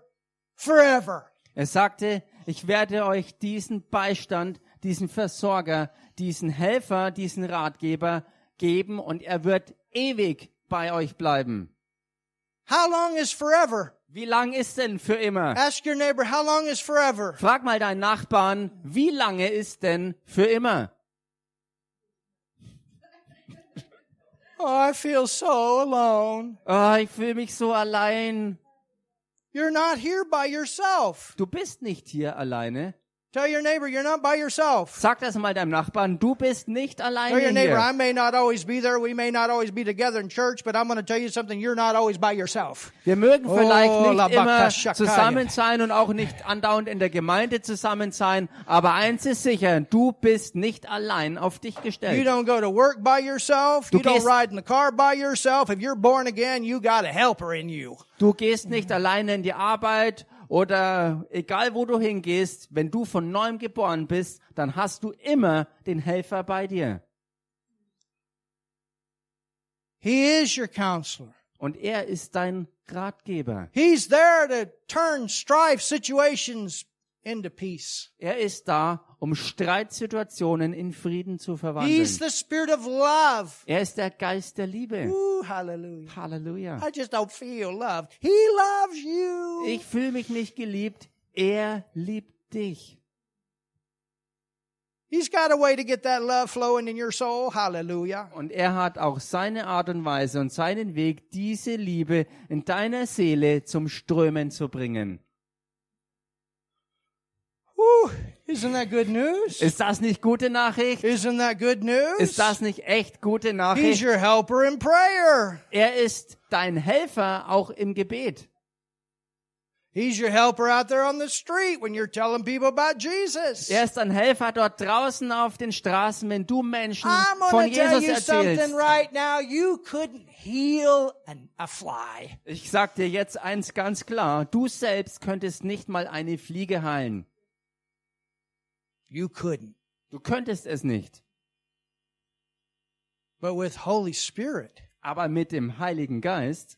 Speaker 1: forever.
Speaker 2: Er sagte, ich werde euch diesen Beistand, diesen Versorger, diesen Helfer, diesen Ratgeber geben und er wird ewig bei euch bleiben.
Speaker 1: How long is forever?
Speaker 2: Wie lang ist denn für immer?
Speaker 1: Ask your neighbor, how long is forever?
Speaker 2: Frag mal deinen Nachbarn, wie lange ist denn für immer?
Speaker 1: Oh, I feel so alone.
Speaker 2: Ah, ich fühle mich so allein.
Speaker 1: You're not here by yourself.
Speaker 2: Du bist nicht hier alleine.
Speaker 1: Tell your neighbor, you're not by yourself.
Speaker 2: Sag das mal deinem Nachbarn, du bist nicht
Speaker 1: Tell Oh, your
Speaker 2: alleine
Speaker 1: neighbor, I
Speaker 2: hier.
Speaker 1: may not always be there. We may not always be together in church, but I'm going to tell you something. You're not always by yourself.
Speaker 2: Wir mögen
Speaker 1: Oh,
Speaker 2: vielleicht
Speaker 1: la
Speaker 2: nicht immer
Speaker 1: bakashakaya.
Speaker 2: zusammen sein und auch nicht andauernd in der Gemeinde zusammen sein, aber eins ist sicher, du bist nicht allein auf dich
Speaker 1: You
Speaker 2: gestellt.
Speaker 1: don't go to work by yourself.
Speaker 2: Du
Speaker 1: You don't
Speaker 2: gehst-
Speaker 1: ride in the car by yourself. If you're born again, you got a helper in you.
Speaker 2: Du gehst nicht alleine in die Arbeit oder egal wo du hingehst, wenn du von neuem geboren bist, dann hast du immer den Helfer bei dir.
Speaker 1: He is your counselor.
Speaker 2: Und er ist dein Ratgeber.
Speaker 1: He's there to turn strife situations into peace.
Speaker 2: Er ist da, um Streitsituationen in Frieden zu
Speaker 1: He's
Speaker 2: verwandeln.
Speaker 1: the spirit of love.
Speaker 2: Er ist der Geist der Liebe.
Speaker 1: Ooh, hallelujah.
Speaker 2: Halleluja.
Speaker 1: I just don't feel loved. He loves you.
Speaker 2: Ich fühle mich nicht geliebt. Er liebt dich.
Speaker 1: He's got a way to get that love flowing in your soul. Hallelujah.
Speaker 2: Und er hat auch seine Art und Weise und seinen Weg, diese Liebe in deiner Seele zum Strömen zu bringen.
Speaker 1: Whew. Isn't that good news?
Speaker 2: Ist das nicht gute Nachricht?
Speaker 1: Isn't that good news?
Speaker 2: Ist das nicht echt gute
Speaker 1: He's
Speaker 2: Nachricht?
Speaker 1: your helper in prayer.
Speaker 2: Er ist dein Helfer auch im Gebet.
Speaker 1: He's your helper out there on the street when you're telling people about Jesus.
Speaker 2: Er ist ein Helfer dort draußen auf den Straßen, wenn du Menschen
Speaker 1: I'm
Speaker 2: von
Speaker 1: going to tell
Speaker 2: Jesus
Speaker 1: you
Speaker 2: erzählst.
Speaker 1: something right now. You couldn't heal an, a fly.
Speaker 2: Ich sag dir jetzt eins ganz klar, du selbst könntest nicht mal eine Fliege heilen.
Speaker 1: You couldn't.
Speaker 2: Du könntest es nicht.
Speaker 1: But with Holy Spirit,
Speaker 2: Aber mit dem Heiligen Geist,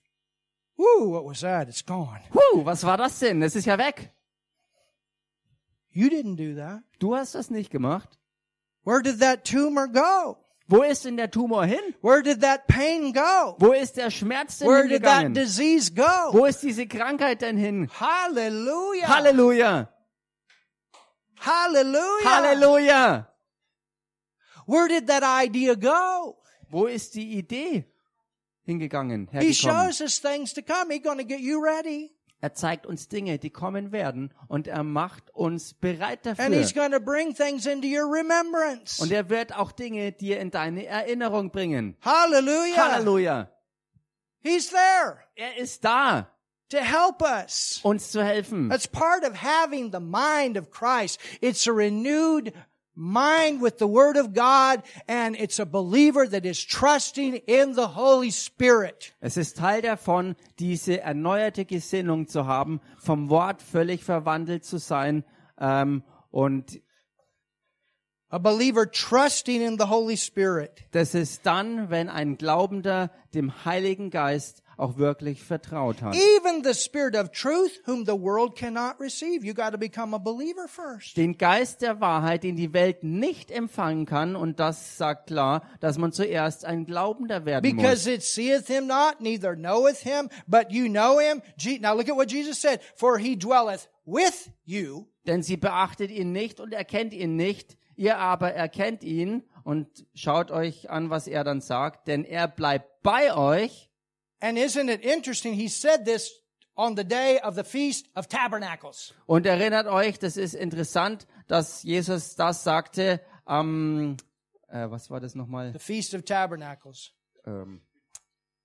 Speaker 1: whoo, what was that? It's gone.
Speaker 2: huh, was war das denn? Es ist ja weg.
Speaker 1: You didn't do that.
Speaker 2: Du hast das nicht gemacht.
Speaker 1: Where did that tumor go?
Speaker 2: Wo ist denn der Tumor hin?
Speaker 1: Where did that pain go?
Speaker 2: Wo ist der Schmerz denn
Speaker 1: Where did that
Speaker 2: hingegangen?
Speaker 1: disease go?
Speaker 2: Wo ist diese Krankheit denn hin?
Speaker 1: Hallelujah.
Speaker 2: Halleluja!
Speaker 1: Hallelujah.
Speaker 2: Halleluja!
Speaker 1: Where did that idea go?
Speaker 2: Wo ist die Idee hingegangen,
Speaker 1: He
Speaker 2: hergekommen?
Speaker 1: shows us things to come. He's going to get you ready.
Speaker 2: Er zeigt uns Dinge, die kommen werden und er macht uns bereit
Speaker 1: And
Speaker 2: dafür.
Speaker 1: he's going to bring things into your remembrance.
Speaker 2: Und er wird auch Dinge dir in deine Erinnerung bringen.
Speaker 1: Hallelujah.
Speaker 2: Halleluja!
Speaker 1: He's there
Speaker 2: Er ist da,
Speaker 1: to help us.
Speaker 2: uns zu helfen.
Speaker 1: That's part of having the mind of Christ. It's a renewed mind with the Word of God, and it's a believer that is trusting in the Holy Spirit.
Speaker 2: Es ist Teil davon, diese erneuerte Gesinnung zu haben, vom Wort völlig verwandelt zu sein ähm, und
Speaker 1: A believer trusting in the Holy Spirit.
Speaker 2: Das ist dann, wenn ein Glaubender dem Heiligen Geist auch wirklich vertraut hat.
Speaker 1: Even the Spirit of truth, whom the world cannot receive. You got to become a believer first.
Speaker 2: Den Geist der Wahrheit, den die Welt nicht empfangen kann, und das sagt klar, dass man zuerst ein Glaubender werden muss.
Speaker 1: Because it seeth him not, neither knoweth him, but you know him. Je- Now look at what Jesus said. For he dwelleth with you
Speaker 2: Denn sie beachtet ihn nicht und erkennt ihn nicht, ihr aber erkennt ihn und schaut euch an, was er dann sagt, denn er bleibt bei euch.
Speaker 1: And isn't it interesting? He said this on the day of the Feast of Tabernacles.
Speaker 2: Und erinnert euch, das ist interessant, dass Jesus das sagte am, äh, was war das nochmal?
Speaker 1: The Feast of Tabernacles.
Speaker 2: Ähm,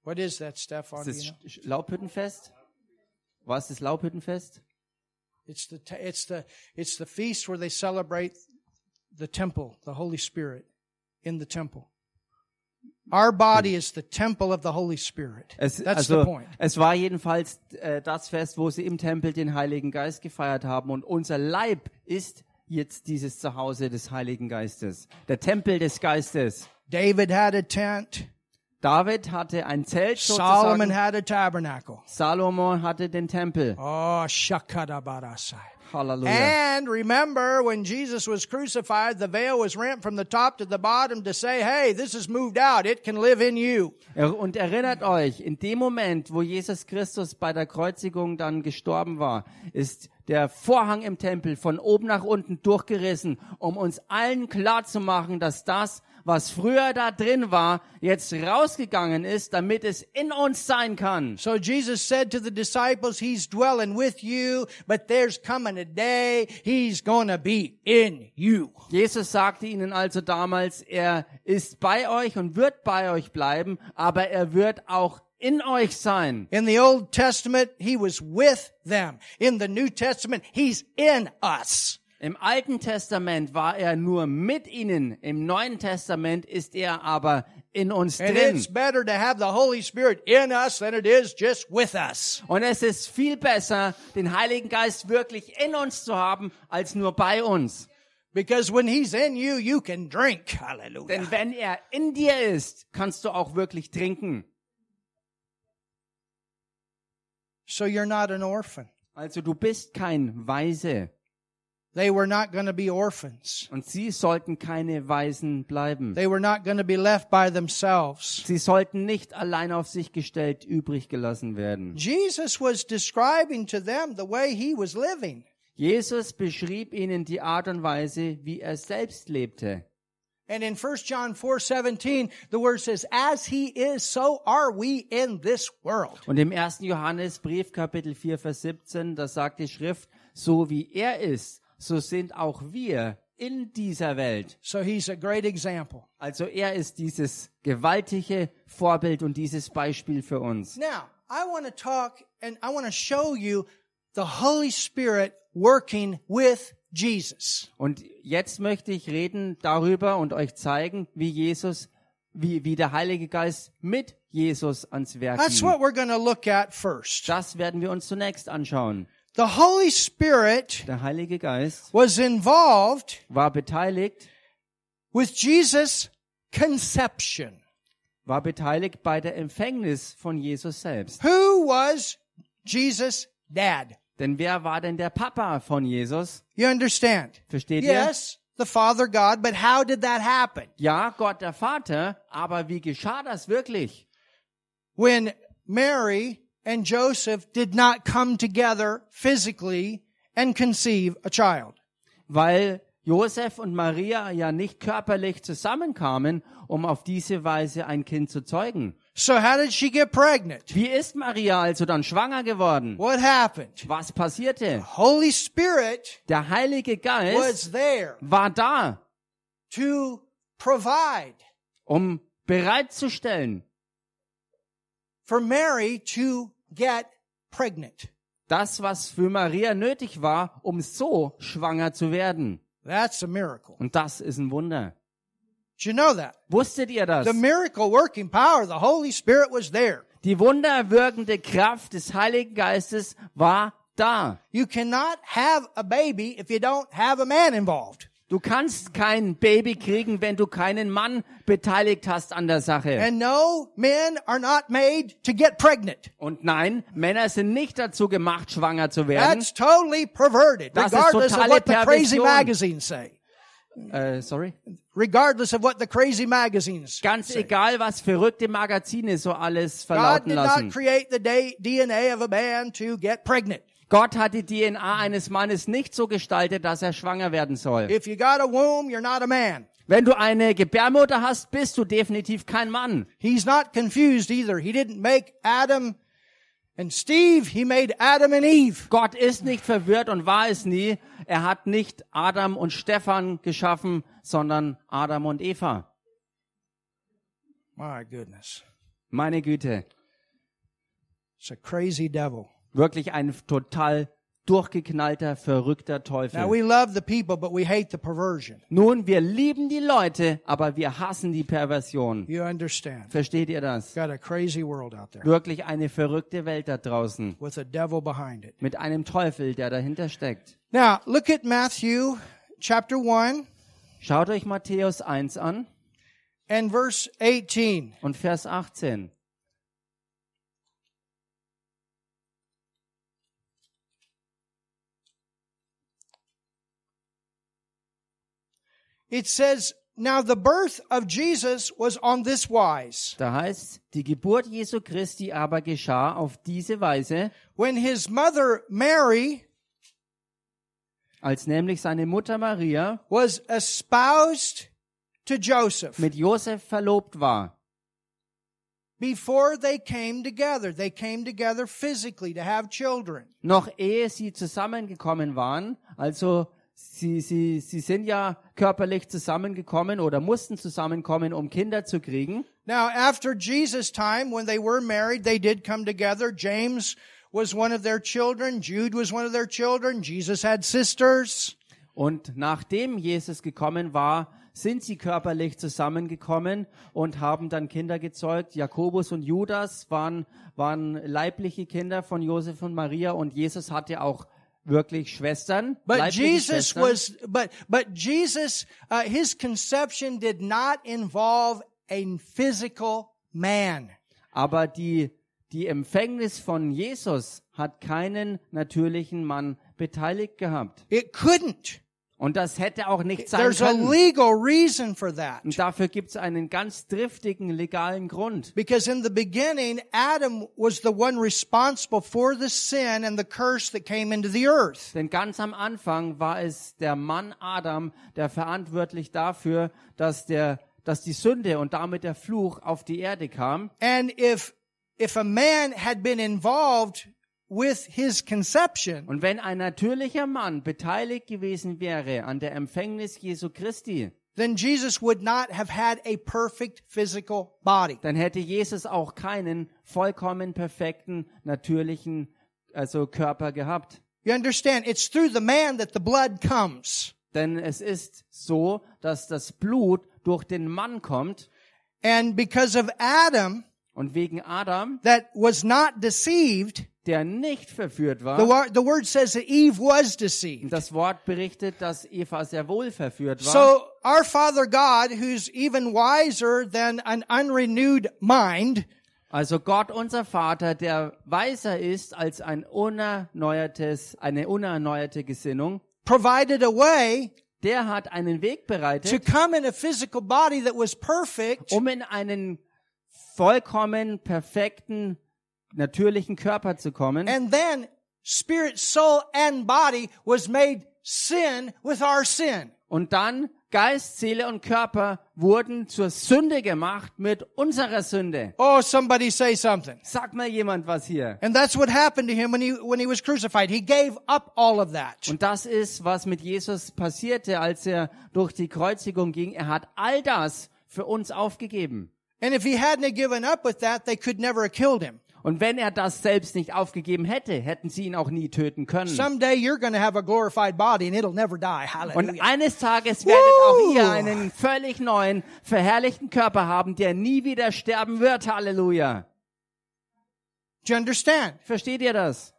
Speaker 1: What is that, Stefan?
Speaker 2: Ist
Speaker 1: Do
Speaker 2: das
Speaker 1: you know?
Speaker 2: Sch- Sch- Laubhüttenfest? War es das Laubhüttenfest?
Speaker 1: It's the ta- it's the it's the feast where they celebrate the temple, the Holy Spirit in the temple. Our body is the temple of the Holy Spirit.
Speaker 2: Es,
Speaker 1: That's the
Speaker 2: also,
Speaker 1: point.
Speaker 2: es war jedenfalls äh, das Fest, wo sie im Tempel den Heiligen Geist gefeiert haben. Und unser Leib ist jetzt dieses Zuhause des Heiligen Geistes. Der Tempel des Geistes.
Speaker 1: David had a tent.
Speaker 2: David hatte ein Zelt
Speaker 1: Solomon
Speaker 2: sozusagen.
Speaker 1: had a tabernacle.
Speaker 2: Salomon hatte den Tempel.
Speaker 1: Oh, shakadabarasai.
Speaker 2: Halleluja.
Speaker 1: And remember, when Jesus was crucified, the veil was rent from the top to the bottom to say, hey, this is moved out. It can live in you.
Speaker 2: Er- Und erinnert euch, in dem Moment, wo Jesus Christus bei der Kreuzigung dann gestorben war, ist der Vorhang im Tempel von oben nach unten durchgerissen, um uns allen klarzumachen, dass das, was früher da drin war, jetzt rausgegangen ist, damit es in uns sein kann.
Speaker 1: So Jesus said to the disciples, he's dwelling with you, but there's coming a day he's going to be in you.
Speaker 2: Jesus sagte ihnen also damals, er ist bei euch und wird bei euch bleiben, aber er wird auch in euch sein.
Speaker 1: In the Old Testament, he was with them. In the New Testament, he's in us.
Speaker 2: Im Alten Testament war er nur mit ihnen, im Neuen Testament ist er aber in uns
Speaker 1: And
Speaker 2: drin.
Speaker 1: it's better to have the Holy Spirit in us than it is just with us.
Speaker 2: Und es ist viel besser, den Heiligen Geist wirklich in uns zu haben, als nur bei uns.
Speaker 1: Because when he's in you, you can drink. Hallelujah.
Speaker 2: Denn wenn er in dir ist, kannst du auch wirklich trinken.
Speaker 1: So you're not an orphan.
Speaker 2: Also du bist kein Weise.
Speaker 1: They were not going to be orphans.
Speaker 2: Und sie sollten keine Weisen bleiben.
Speaker 1: They were not going to be left by themselves.
Speaker 2: Sie sollten nicht allein auf sich gestellt übrig gelassen werden.
Speaker 1: Jesus was describing to them the way he was living.
Speaker 2: Jesus beschrieb ihnen die Art und Weise, wie er selbst lebte.
Speaker 1: And in 1 John 4 17, the word says, As he is, so are we in this world.
Speaker 2: Und im 1. Johannesbrief, Kapitel 4, Vers 17, da sagt die Schrift, so wie er ist, so sind auch wir in dieser Welt.
Speaker 1: So he's a great example.
Speaker 2: Also er ist dieses gewaltige Vorbild und dieses Beispiel für uns.
Speaker 1: Now, I want to talk and I want to show you the Holy Spirit working with Jesus.
Speaker 2: Und jetzt möchte ich reden darüber und euch zeigen, wie Jesus, wie, wie der Heilige Geist mit Jesus ans Werk
Speaker 1: That's
Speaker 2: ging.
Speaker 1: what we're going to look at first.
Speaker 2: Das werden wir uns zunächst anschauen.
Speaker 1: The Holy Spirit
Speaker 2: Der Heilige Geist
Speaker 1: was involved
Speaker 2: war beteiligt,
Speaker 1: with Jesus' conception.
Speaker 2: war beteiligt bei der Empfängnis von Jesus selbst.
Speaker 1: Who was Jesus' dad?
Speaker 2: Denn wer war denn der Papa von Jesus?
Speaker 1: You understand?
Speaker 2: Versteht ihr?
Speaker 1: Yes, the Father God, but how did that happen?
Speaker 2: Ja, Gott der Vater, aber wie geschah das wirklich?
Speaker 1: When Mary and Joseph did not come together physically and conceive a child.
Speaker 2: Weil Josef und Maria ja nicht körperlich zusammenkamen, um auf diese Weise ein Kind zu zeugen.
Speaker 1: So how did she get pregnant?
Speaker 2: Wie ist Maria also dann schwanger geworden?
Speaker 1: What happened?
Speaker 2: Was passierte?
Speaker 1: Holy Spirit
Speaker 2: Der Heilige Geist
Speaker 1: was there
Speaker 2: war da,
Speaker 1: to provide
Speaker 2: um bereitzustellen,
Speaker 1: for Mary to get pregnant.
Speaker 2: das, was für Maria nötig war, um so schwanger zu werden.
Speaker 1: That's a miracle.
Speaker 2: Und das ist ein Wunder.
Speaker 1: Did you know that?
Speaker 2: Wusstet ihr das?
Speaker 1: The miracle working power of the Holy Spirit was there.
Speaker 2: Die wunderwirkende Kraft des Heiligen Geistes war da.
Speaker 1: You cannot have a baby if you don't have a man involved.
Speaker 2: Du kannst kein Baby kriegen, wenn du keinen Mann beteiligt hast an der Sache.
Speaker 1: And no, men are not made to get pregnant.
Speaker 2: Und nein, Männer sind nicht dazu gemacht, schwanger zu werden.
Speaker 1: That's totally perverted,
Speaker 2: Das ist
Speaker 1: regardless of
Speaker 2: totale
Speaker 1: what the crazy
Speaker 2: Perversion.
Speaker 1: magazines say.
Speaker 2: Äh, sorry.
Speaker 1: Regardless of what the crazy magazines
Speaker 2: Ganz
Speaker 1: say.
Speaker 2: egal, was verrückte Magazine so alles
Speaker 1: God
Speaker 2: verlauten
Speaker 1: did not
Speaker 2: lassen.
Speaker 1: create the day, DNA of a man to get pregnant.
Speaker 2: Gott hat die DNA eines Mannes nicht so gestaltet, dass er schwanger werden soll.
Speaker 1: If you got a womb, you're not a man.
Speaker 2: Wenn du eine Gebärmutter hast, bist du definitiv kein Mann.
Speaker 1: He's not confused either. He didn't make Adam and Steve. He made Adam and Eve.
Speaker 2: Gott ist nicht verwirrt und war es nie. Er hat nicht Adam und Stefan geschaffen, sondern Adam und Eva.
Speaker 1: My goodness.
Speaker 2: Meine Güte.
Speaker 1: It's a crazy devil.
Speaker 2: Wirklich ein total durchgeknallter, verrückter
Speaker 1: Now
Speaker 2: Teufel.
Speaker 1: we love the people, but we hate the perversion.
Speaker 2: Nun, wir lieben die Leute, aber wir hassen die Perversion.
Speaker 1: You understand?
Speaker 2: Versteht ihr das?
Speaker 1: Got a crazy world out there
Speaker 2: Wirklich eine verrückte Welt da draußen.
Speaker 1: with a devil behind it.
Speaker 2: Mit einem Teufel, der dahinter steckt.
Speaker 1: Now look at Matthew chapter 1
Speaker 2: Schaut euch Matthäus 1 an
Speaker 1: and verse 18.
Speaker 2: und Vers 18.
Speaker 1: It says, Now the birth of Jesus was on this wise.
Speaker 2: Da heißt, die Geburt Jesu Christi aber geschah auf diese Weise,
Speaker 1: When his mother Mary
Speaker 2: als nämlich seine Mutter Maria
Speaker 1: was espoused to Joseph.
Speaker 2: mit Josef verlobt war.
Speaker 1: before they came together. They came together physically to have children.
Speaker 2: noch ehe sie zusammengekommen waren. Also sie, sie, sie sind ja körperlich zusammengekommen oder mussten zusammenkommen, um Kinder zu kriegen.
Speaker 1: Now, after Jesus' time, when they were married, they did come together. James was one of their children. Jude was one of their children. Jesus had sisters.
Speaker 2: Und nachdem Jesus gekommen war, sind sie körperlich zusammengekommen und haben dann Kinder gezeugt. Jakobus und Judas waren, waren leibliche Kinder von Josef und Maria und Jesus hatte auch wirklich Schwestern.
Speaker 1: But
Speaker 2: leibliche
Speaker 1: Jesus
Speaker 2: Schwestern.
Speaker 1: was, but, but Jesus, uh, his conception did not involve a physical man.
Speaker 2: Aber die, die Empfängnis von Jesus hat keinen natürlichen Mann beteiligt gehabt.
Speaker 1: It couldn't.
Speaker 2: Und das hätte auch nicht sein
Speaker 1: There's a
Speaker 2: können.
Speaker 1: legal reason for that.
Speaker 2: Und dafür gibt es einen ganz driftigen legalen Grund.
Speaker 1: Because in the beginning, Adam was the one responsible for the sin and the curse that came into the earth.
Speaker 2: Denn ganz am Anfang war es der Mann Adam, der verantwortlich dafür, dass der dass die Sünde und damit der Fluch auf die Erde kam.
Speaker 1: And if, if a man had been involved with his conception,
Speaker 2: Und wenn ein natürlicher Mann beteiligt gewesen wäre an der Empfängnis Jesu Christi,
Speaker 1: then Jesus would not have had a perfect physical body.
Speaker 2: dann hätte Jesus auch keinen vollkommen perfekten, natürlichen also Körper gehabt.
Speaker 1: You understand? It's through the man that the blood comes.
Speaker 2: Denn es ist so, dass das Blut durch den Mann kommt
Speaker 1: And because of Adam
Speaker 2: und wegen Adam,
Speaker 1: that was not deceived,
Speaker 2: der nicht verführt
Speaker 1: the,
Speaker 2: war,
Speaker 1: wor- the word says that Eve was deceived.
Speaker 2: das Wort berichtet, dass Eva sehr wohl verführt war.
Speaker 1: So our Father God, who's even wiser than an unrenewed mind,
Speaker 2: Also Gott, unser Vater, der weiser ist als ein unerneuertes, eine unerneuerte Gesinnung,
Speaker 1: provided a way
Speaker 2: der hat einen Weg
Speaker 1: to
Speaker 2: bereitet,
Speaker 1: come in a physical body that was perfect
Speaker 2: um in einen vollkommen perfekten, natürlichen Körper zu kommen.
Speaker 1: and then spirit, soul, and body was made sin with our sin.
Speaker 2: Und dann Geist, Seele und Körper wurden zur Sünde gemacht mit unserer Sünde.
Speaker 1: Oh, somebody say something.
Speaker 2: Sag mal jemand was hier.
Speaker 1: And that's what happened to him when he, when he was crucified. He gave up all of that.
Speaker 2: Und das ist, was mit Jesus passierte, als er durch die Kreuzigung ging. Er hat all das für uns aufgegeben.
Speaker 1: And if he hadn't have given up with that, they could never have killed him.
Speaker 2: Und wenn er das selbst nicht aufgegeben hätte, hätten sie ihn auch nie töten können.
Speaker 1: Someday you're going to have a glorified body and it'll never die.
Speaker 2: Und
Speaker 1: Hallelujah.
Speaker 2: eines Tages werdet
Speaker 1: Woo!
Speaker 2: auch ihr einen völlig neuen, verherrlichten Körper haben, der nie wieder sterben wird. Halleluja.
Speaker 1: Do you understand?
Speaker 2: Versteht ihr das?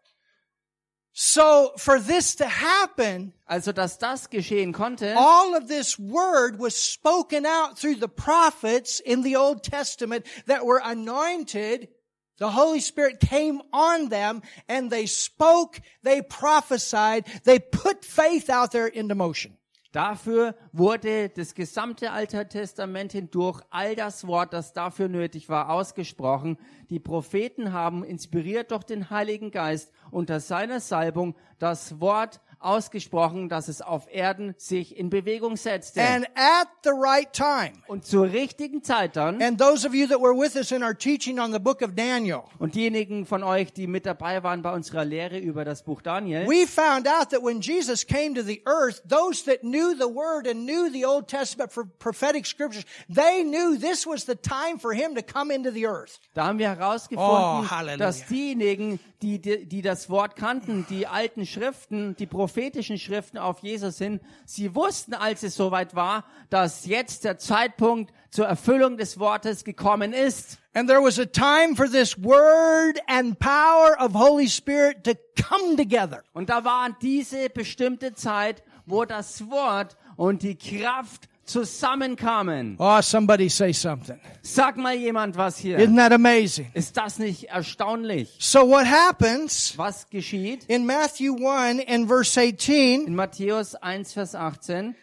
Speaker 1: So for this to happen,
Speaker 2: Also, dass das geschehen konnte,
Speaker 1: all of this word was spoken out through the prophets in the Old Testament that were anointed. The Holy Spirit came on them and they spoke, they prophesied, they put faith out there into motion.
Speaker 2: dafür wurde das gesamte Alte Testament hindurch all das Wort, das dafür nötig war, ausgesprochen. Die Propheten haben, inspiriert durch den Heiligen Geist, unter seiner Salbung das Wort ausgesprochen, dass es auf Erden sich in Bewegung setzte.
Speaker 1: And at the right time,
Speaker 2: Und zur richtigen Zeit dann,
Speaker 1: And those of you that were with us in our teaching on the book of Daniel,
Speaker 2: und diejenigen von euch, die mit dabei waren bei unserer Lehre über das Buch Daniel,
Speaker 1: we found out that when Jesus came to the earth, those that knew the word and knew the Old Testament for prophetic scriptures, they knew this was the time for him to come into the earth.
Speaker 2: da haben wir herausgefunden,
Speaker 1: Oh, Halleluja.
Speaker 2: dass diejenigen, die, die, die das Wort kannten, die alten Schriften, die prophetischen Schriften auf Jesus hin, sie wussten, als es soweit war, dass jetzt der Zeitpunkt zur Erfüllung des Wortes gekommen ist.
Speaker 1: And there was a time for this word and power of Holy Spirit to come together.
Speaker 2: Und da war diese bestimmte Zeit, wo das Wort und die Kraft zusammenkamen.
Speaker 1: Oh, somebody say something.
Speaker 2: Sag mal jemand was hier.
Speaker 1: Isn't that amazing?
Speaker 2: Ist das nicht erstaunlich?
Speaker 1: So what happens
Speaker 2: Was geschieht?
Speaker 1: in Matthew 1 and verse 18,
Speaker 2: In Matthäus 1, Vers 18,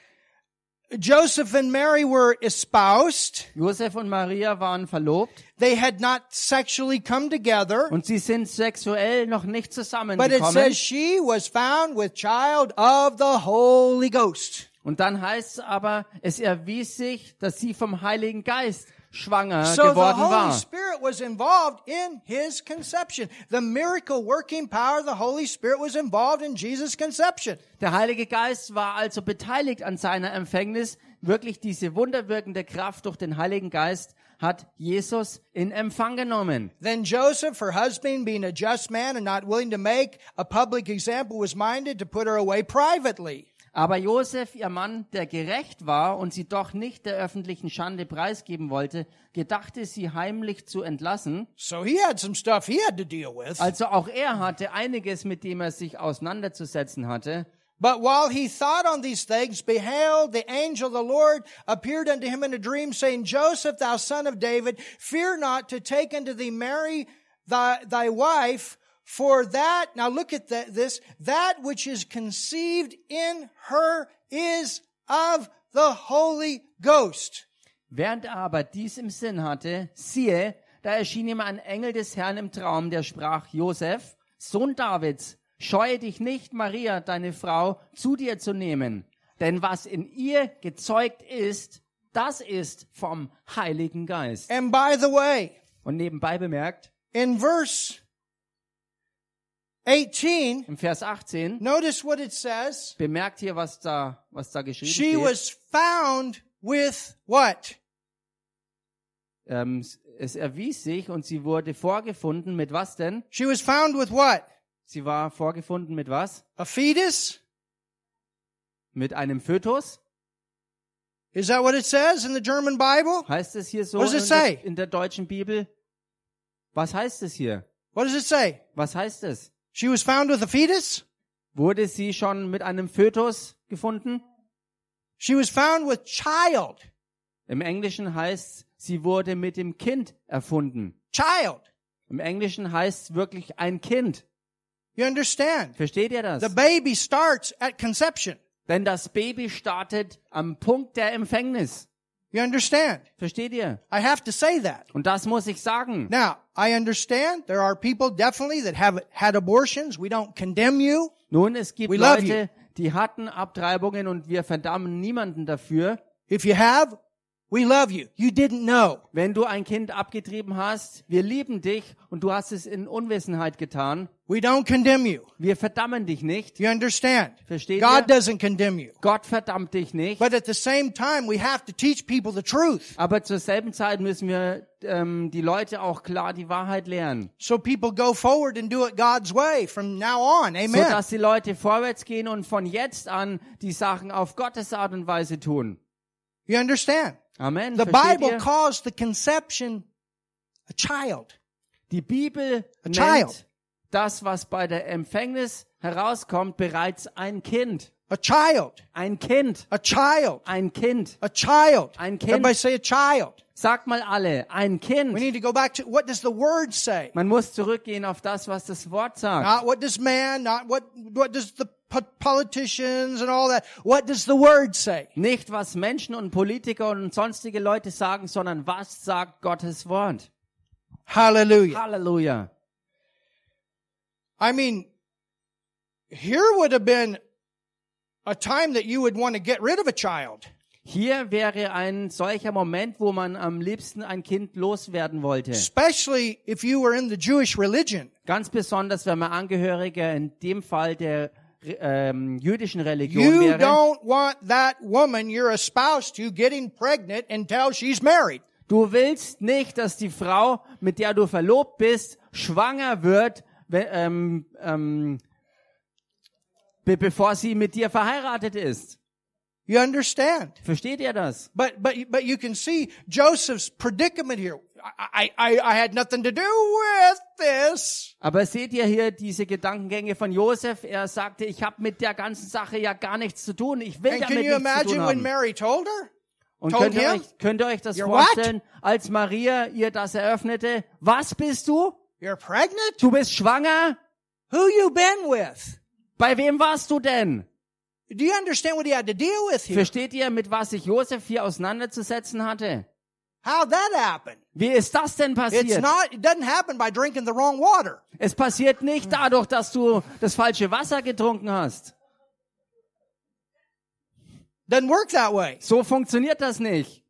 Speaker 1: Joseph and Mary were espoused.
Speaker 2: Josef und Maria waren verlobt
Speaker 1: They had not sexually come together,
Speaker 2: und sie sind sexuell noch
Speaker 1: but
Speaker 2: nicht
Speaker 1: it says
Speaker 2: zusammengekommen.
Speaker 1: she was found with child of the Holy Ghost.
Speaker 2: Und dann heißt es aber, es erwies sich, dass sie vom Heiligen Geist schwanger
Speaker 1: So the
Speaker 2: geworden
Speaker 1: Holy
Speaker 2: war.
Speaker 1: Spirit was involved in his conception. The miracle working power of the Holy Spirit was involved in Jesus' conception.
Speaker 2: Der Heilige Geist war also beteiligt an seiner Empfängnis. Wirklich diese wunderwirkende Kraft durch den Heiligen Geist hat Jesus in Empfang genommen.
Speaker 1: Then Joseph, her husband, being a just man and not willing to make a public example, was minded to put her away privately.
Speaker 2: Aber Josef, ihr Mann, der gerecht war und sie doch nicht der öffentlichen Schande preisgeben wollte, gedachte sie heimlich zu entlassen.
Speaker 1: So he had some stuff he had to deal with.
Speaker 2: Also auch er hatte einiges, mit dem er sich auseinanderzusetzen hatte.
Speaker 1: But while he thought on these things, beheld the angel of the Lord appeared unto him in a dream, saying, Joseph, thou son of David, fear not to take unto thee Mary thy, thy wife, for that, now look at that, this, that which is conceived in her is of the Holy Ghost.
Speaker 2: Während er aber dies im Sinn hatte, siehe, da erschien ihm ein Engel des Herrn im Traum, der sprach, Josef, Sohn Davids, scheue dich nicht, Maria, deine Frau, zu dir zu nehmen. Denn was in ihr gezeugt ist, das ist vom Heiligen Geist.
Speaker 1: And by the way,
Speaker 2: Und nebenbei bemerkt,
Speaker 1: in verse 18,
Speaker 2: im Vers 18,
Speaker 1: notice what it says.
Speaker 2: bemerkt hier, was da, was da geschrieben
Speaker 1: She
Speaker 2: steht.
Speaker 1: was found with what?
Speaker 2: Ähm, es erwies sich und sie wurde vorgefunden mit was denn?
Speaker 1: She was found with what?
Speaker 2: Sie war vorgefunden mit was?
Speaker 1: A fetus?
Speaker 2: Mit einem Fötus?
Speaker 1: Is that what it says in the German Bible?
Speaker 2: Heißt es hier so
Speaker 1: What does
Speaker 2: in,
Speaker 1: it say?
Speaker 2: der- in der deutschen Bibel? Was heißt es hier?
Speaker 1: What does it say?
Speaker 2: Was heißt es?
Speaker 1: She was found with a fetus?
Speaker 2: Wurde sie schon mit einem Fötus gefunden?
Speaker 1: She was found with child.
Speaker 2: Im Englischen heißt sie wurde mit dem Kind erfunden.
Speaker 1: Child.
Speaker 2: Im Englischen heißt wirklich ein Kind.
Speaker 1: You understand?
Speaker 2: Versteht ihr das?
Speaker 1: The baby starts at conception.
Speaker 2: Denn das Baby startet am Punkt der Empfängnis.
Speaker 1: You understand?
Speaker 2: Versteht ihr?
Speaker 1: I have to say that.
Speaker 2: Und das muss ich sagen.
Speaker 1: Now, I understand there are people definitely that have had abortions. We don't condemn you.
Speaker 2: Nun, es gibt
Speaker 1: We love
Speaker 2: Leute, die hatten Abtreibungen und wir verdammen niemanden dafür.
Speaker 1: If you have, we love you. You didn't know.
Speaker 2: Wenn du ein Kind abgetrieben hast, wir lieben dich und du hast es in Unwissenheit getan.
Speaker 1: We don't condemn you.
Speaker 2: Wir verdammen dich nicht.
Speaker 1: You understand?
Speaker 2: Versteht
Speaker 1: God
Speaker 2: ihr?
Speaker 1: doesn't condemn you.
Speaker 2: Gott verdammt dich nicht.
Speaker 1: But at the same time, we have to teach people the truth
Speaker 2: Aber zur selben Zeit müssen wir ähm, die Leute auch klar die Wahrheit lehren,
Speaker 1: so people go forward and do it God's way from now on. Amen.
Speaker 2: sodass die Leute vorwärts gehen und von jetzt an die Sachen auf Gottes Art und Weise tun.
Speaker 1: you understand?
Speaker 2: Amen.
Speaker 1: The
Speaker 2: Versteht
Speaker 1: Bible
Speaker 2: ihr?
Speaker 1: calls the conception a child.
Speaker 2: Die Bibel nennt
Speaker 1: child.
Speaker 2: das, was bei der Empfängnis herauskommt, bereits ein Kind.
Speaker 1: A child.
Speaker 2: Ein Kind.
Speaker 1: A child.
Speaker 2: Ein Kind.
Speaker 1: A child.
Speaker 2: Ein Kind.
Speaker 1: Everybody say a child.
Speaker 2: Sagt mal alle, ein
Speaker 1: We
Speaker 2: Kind.
Speaker 1: need to go back to what does the word say?
Speaker 2: Man muss zurückgehen auf das, was das Wort sagt.
Speaker 1: Not what does man, not what what does the po- politicians and all that. What does the word say?
Speaker 2: Nicht, was Menschen und Politiker und sonstige Leute sagen, sondern was sagt Gottes Wort.
Speaker 1: Hallelujah.
Speaker 2: Halleluja.
Speaker 1: I mean, here would have been a time that you would want to get rid of a child.
Speaker 2: Hier wäre ein solcher Moment, wo man am liebsten ein Kind loswerden wollte.
Speaker 1: Especially if you were in the Jewish religion.
Speaker 2: Ganz besonders, wenn man Angehöriger in dem Fall der ähm, jüdischen Religion
Speaker 1: You
Speaker 2: wäre.
Speaker 1: don't want that woman you're espoused to getting pregnant until she's married.
Speaker 2: Du willst nicht, dass die Frau, mit der du verlobt bist, schwanger wird, we- ähm, ähm, be bevor sie mit dir verheiratet ist.
Speaker 1: You understand?
Speaker 2: Versteht ihr das?
Speaker 1: But but but you can see Joseph's predicament here. I I, I had nothing to do with this.
Speaker 2: Aber seht ihr hier diese Gedankengänge von Josef? Er sagte, ich habe mit der ganzen Sache ja gar nichts zu tun. Ich will
Speaker 1: And
Speaker 2: damit
Speaker 1: can you
Speaker 2: nichts zu tun
Speaker 1: imagine when
Speaker 2: haben.
Speaker 1: Mary told her?
Speaker 2: Und
Speaker 1: told
Speaker 2: könnt ihr,
Speaker 1: him?
Speaker 2: euch, könnt ihr euch das
Speaker 1: You're what?
Speaker 2: vorstellen, als Maria ihr das eröffnete? Was bist du?
Speaker 1: You're pregnant?
Speaker 2: Du bist schwanger?
Speaker 1: Who you been with?
Speaker 2: Bei wem warst du denn?
Speaker 1: Do you understand what he had to deal with here?
Speaker 2: Versteht ihr, mit was sich Josef hier auseinanderzusetzen hatte?
Speaker 1: How that happened?
Speaker 2: Wie ist das denn
Speaker 1: It's
Speaker 2: passiert?
Speaker 1: not it doesn't happen by drinking the wrong water.
Speaker 2: Es passiert nicht dadurch, dass du das falsche Wasser getrunken hast.
Speaker 1: Doesn't work that way.
Speaker 2: So funktioniert das nicht.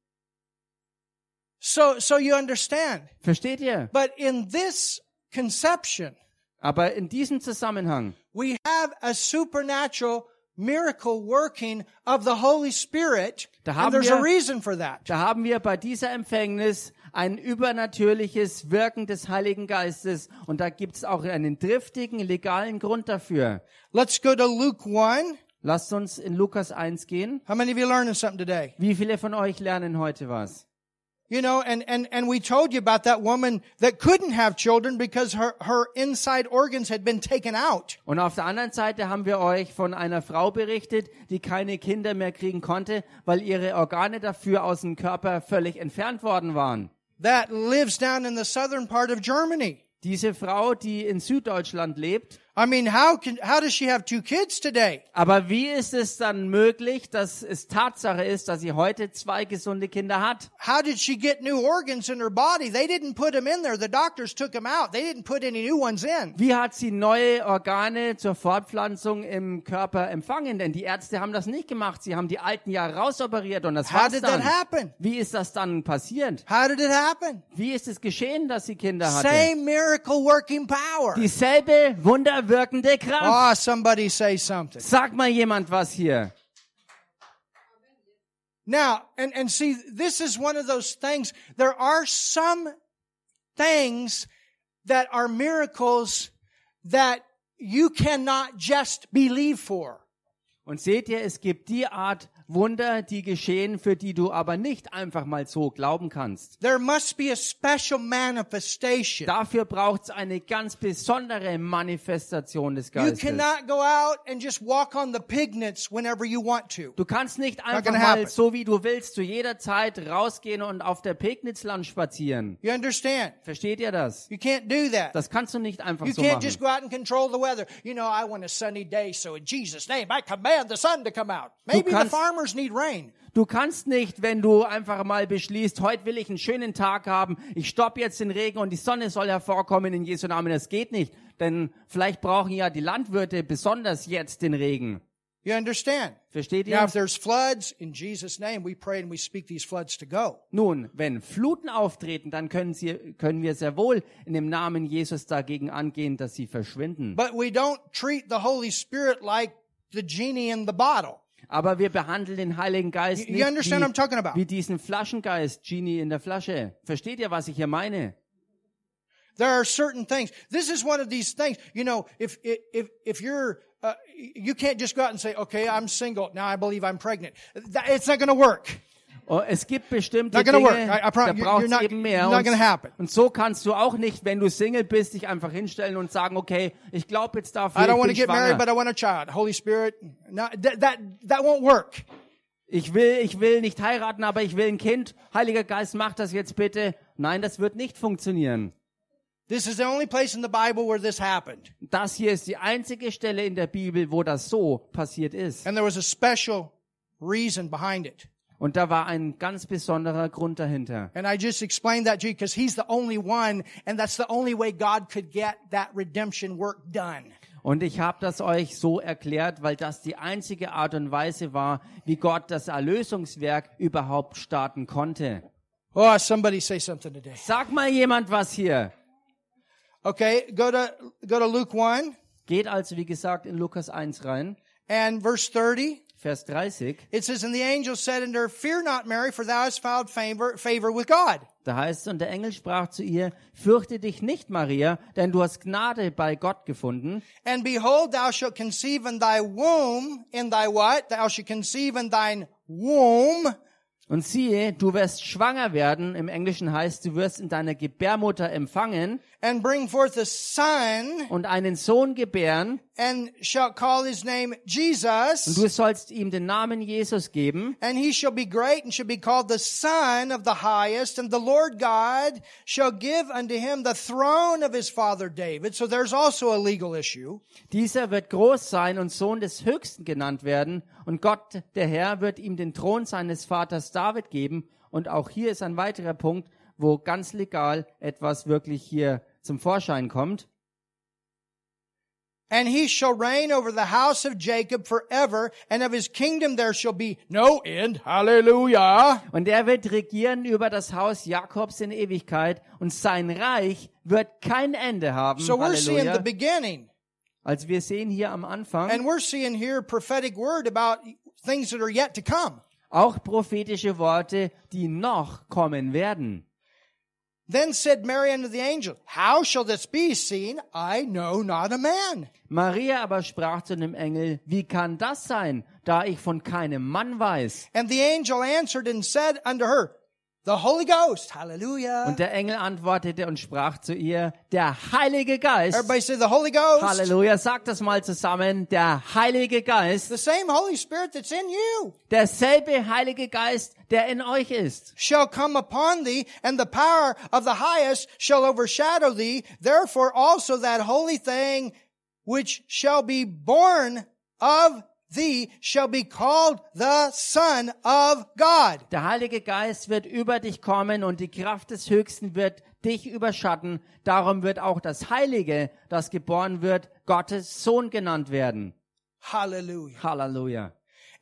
Speaker 1: So so you understand.
Speaker 2: Versteht ihr?
Speaker 1: But in this conception,
Speaker 2: Aber in diesem Zusammenhang
Speaker 1: we have a supernatural miracle working of the Holy Spirit.
Speaker 2: Da haben
Speaker 1: and there's a
Speaker 2: wir-
Speaker 1: reason for that.
Speaker 2: Da haben wir bei dieser Empfängnis ein übernatürliches Wirken des Heiligen Geistes und da gibt's auch einen driftigen, legalen Grund dafür.
Speaker 1: Let's go to Luke 1.
Speaker 2: Lasst uns in Lukas 1 gehen.
Speaker 1: How many of you learning something today?
Speaker 2: Wie viele von euch lernen heute was?
Speaker 1: You know, and, and, and we told you about that woman that couldn't have children because her, her inside organs had been taken out.
Speaker 2: Und auf der anderen Seite haben wir euch von einer Frau berichtet, die keine Kinder mehr kriegen konnte, weil ihre Organe dafür aus dem Körper völlig entfernt worden waren.
Speaker 1: That lives down in the southern part of Germany.
Speaker 2: Diese Frau, die in Süddeutschland lebt,
Speaker 1: I mean, how can, how does she have two kids today?
Speaker 2: Aber wie ist es dann möglich, dass es Tatsache ist, dass sie heute zwei gesunde Kinder hat?
Speaker 1: How did she get new organs in her body? They didn't put them in there. The doctors took them out. They didn't put any new ones in.
Speaker 2: Wie hat sie neue Organe zur Fortpflanzung im Körper empfangen? Denn die Ärzte haben das nicht gemacht. Sie haben die alten ja rausoperiert und das
Speaker 1: How
Speaker 2: war's
Speaker 1: did that
Speaker 2: dann.
Speaker 1: happen?
Speaker 2: Wie ist das dann passiert?
Speaker 1: How did it happen?
Speaker 2: Wie ist es geschehen, dass sie Kinder hatte?
Speaker 1: Same miracle working power.
Speaker 2: Dieselbe wunderwirkende Kraft.
Speaker 1: Ah, somebody say something.
Speaker 2: Sag mal jemand was hier.
Speaker 1: Now, and, and see, this is one of those things. There are some things that are miracles that you cannot just believe for.
Speaker 2: Und seht ihr, es gibt die Art Wunder, die geschehen, für die du aber nicht einfach mal so glauben kannst.
Speaker 1: There must be a special manifestation.
Speaker 2: Dafür braucht es eine ganz besondere Manifestation des
Speaker 1: You
Speaker 2: Geistes.
Speaker 1: cannot go out and just walk on the pigments whenever you want to.
Speaker 2: Du kannst nicht einfach
Speaker 1: gonna
Speaker 2: mal
Speaker 1: happen.
Speaker 2: so wie du willst zu jeder Zeit rausgehen und auf der Pegnitzland spazieren.
Speaker 1: You understand?
Speaker 2: Versteht ihr das?
Speaker 1: You can't do that.
Speaker 2: Das kannst du nicht einfach
Speaker 1: You
Speaker 2: so
Speaker 1: can't
Speaker 2: machen.
Speaker 1: just go out and control the weather. You know, I want a sunny day, so in Jesus' name, I command the sun to come out. Maybe the
Speaker 2: kannst-
Speaker 1: farmers need rain.
Speaker 2: Du kannst nicht, wenn du einfach mal beschließt, heute will ich einen schönen Tag haben, ich stopp jetzt den Regen und die Sonne soll hervorkommen in Jesu Namen. Das geht nicht, denn vielleicht brauchen ja die Landwirte besonders jetzt den Regen.
Speaker 1: You understand?
Speaker 2: Versteht ihr?
Speaker 1: Now, if there's floods, in Jesus' name, we pray and we speak these floods to go.
Speaker 2: Nun, wenn Fluten auftreten, dann können, sie, können wir sehr wohl in dem Namen Jesus dagegen angehen, dass sie verschwinden.
Speaker 1: But we don't treat the Holy Spirit like the genie in the bottle.
Speaker 2: Aber wir behandeln den Heiligen Geist
Speaker 1: You- you
Speaker 2: nicht
Speaker 1: understand what I'm talking about?
Speaker 2: wie, wie diesen Flaschengeist, Genie in der Flasche. Versteht ihr, was ich hier meine?
Speaker 1: There are certain things. This is one of these things. You know, if if if you're uh, you can't just go out and say, "Okay, I'm single now. I believe I'm pregnant." That- It's not going to work.
Speaker 2: Oh, es gibt bestimmte
Speaker 1: Not
Speaker 2: Dinge,
Speaker 1: gonna work. I- I prom-
Speaker 2: da
Speaker 1: you-
Speaker 2: braucht
Speaker 1: you're not-
Speaker 2: eben mehr.
Speaker 1: not
Speaker 2: Und,
Speaker 1: gonna happen.
Speaker 2: und so kannst du auch nicht, wenn du Single bist, dich einfach hinstellen und sagen, okay, ich glaube jetzt dafür,
Speaker 1: I don't
Speaker 2: ich
Speaker 1: want
Speaker 2: bin
Speaker 1: to get
Speaker 2: schwanger.
Speaker 1: married, but I want a child. Holy Spirit, no, that that that won't work.
Speaker 2: ich will, ich will nicht heiraten, aber ich will ein Kind. Heiliger Geist, mach das jetzt bitte. Nein, das wird nicht funktionieren.
Speaker 1: This is the only place in the Bible where this happened,
Speaker 2: Das hier ist die einzige Stelle in der Bibel, wo das so passiert ist.
Speaker 1: and there was a special reason behind it.
Speaker 2: Und da war ein ganz besonderer Grund dahinter.
Speaker 1: And I just explained that to you because he's the only one, and that's the only way God could get that redemption work done.
Speaker 2: Und ich habe das euch so erklärt, weil das die einzige Art und Weise war, wie Gott das Erlösungswerk überhaupt starten konnte.
Speaker 1: Oh, somebody say something today.
Speaker 2: Sag mal jemand was hier.
Speaker 1: Okay, go to go to Luke 1
Speaker 2: Geht also, wie gesagt, in Lukas 1 rein,
Speaker 1: and verse 30.
Speaker 2: Vers 30.
Speaker 1: It says, And the angel said unto her, Fear not, Mary, for thou hast found favor, favor with God.
Speaker 2: Da heißt es, und der Engel sprach zu ihr, fürchte dich nicht, Maria, denn du hast Gnade bei Gott gefunden.
Speaker 1: And behold, thou shalt conceive in thy womb, in thy what? Thou shalt conceive in thine womb.
Speaker 2: Und siehe, du wirst schwanger werden, im Englischen heißt, du wirst in deiner Gebärmutter empfangen
Speaker 1: And bring forth a son,
Speaker 2: und einen Sohn gebären,
Speaker 1: and shalt call his name
Speaker 2: und
Speaker 1: Jesus.
Speaker 2: du sollst ihm den Namen Jesus geben.
Speaker 1: And he shall be great, and shall be called the Son of the Highest. And the Lord God shall give unto him the throne of his father David. So there's also a legal issue.
Speaker 2: Dieser wird groß sein und Sohn des Höchsten genannt werden, und Gott, der Herr, wird ihm den Thron seines Vaters David geben. Und auch hier ist ein weiterer Punkt, wo ganz legal etwas wirklich hier zum Vorschein kommt.
Speaker 1: And he shall reign over the house of Jacob forever, and of his kingdom there shall be no end. Hallelujah.
Speaker 2: Und er wird regieren über das Haus Jakobs in Ewigkeit, und sein Reich wird kein Ende haben.
Speaker 1: So we're seeing the
Speaker 2: Halleluja.
Speaker 1: beginning,
Speaker 2: Also wir sehen hier am Anfang
Speaker 1: and we're seeing here prophetic word about things that are yet to come.
Speaker 2: auch prophetische Worte, die noch kommen werden.
Speaker 1: Then said Mary unto the angel, How shall this be, seeing I know not a man?
Speaker 2: Maria aber sprach zu dem Engel, wie kann das sein, da ich von keinem Mann weiß?
Speaker 1: And the angel answered and said unto her, The Holy Ghost. Hallelujah.
Speaker 2: Und der Engel antwortete und sprach zu ihr, der Heilige Geist,
Speaker 1: Everybody say the Holy Ghost.
Speaker 2: Halleluja, sagt das mal zusammen, der Heilige Geist,
Speaker 1: The same Holy Spirit that's in you.
Speaker 2: derselbe Heilige Geist, der in euch ist.
Speaker 1: shall come upon thee, and the power of the highest shall overshadow thee. Therefore also that holy thing which shall be born of thee shall be called the Son of God.
Speaker 2: Der Heilige Geist wird über dich kommen und die Kraft des Höchsten wird dich überschatten. Darum wird auch das Heilige, das geboren wird, Gottes Sohn genannt werden.
Speaker 1: Hallelujah.
Speaker 2: Halleluja.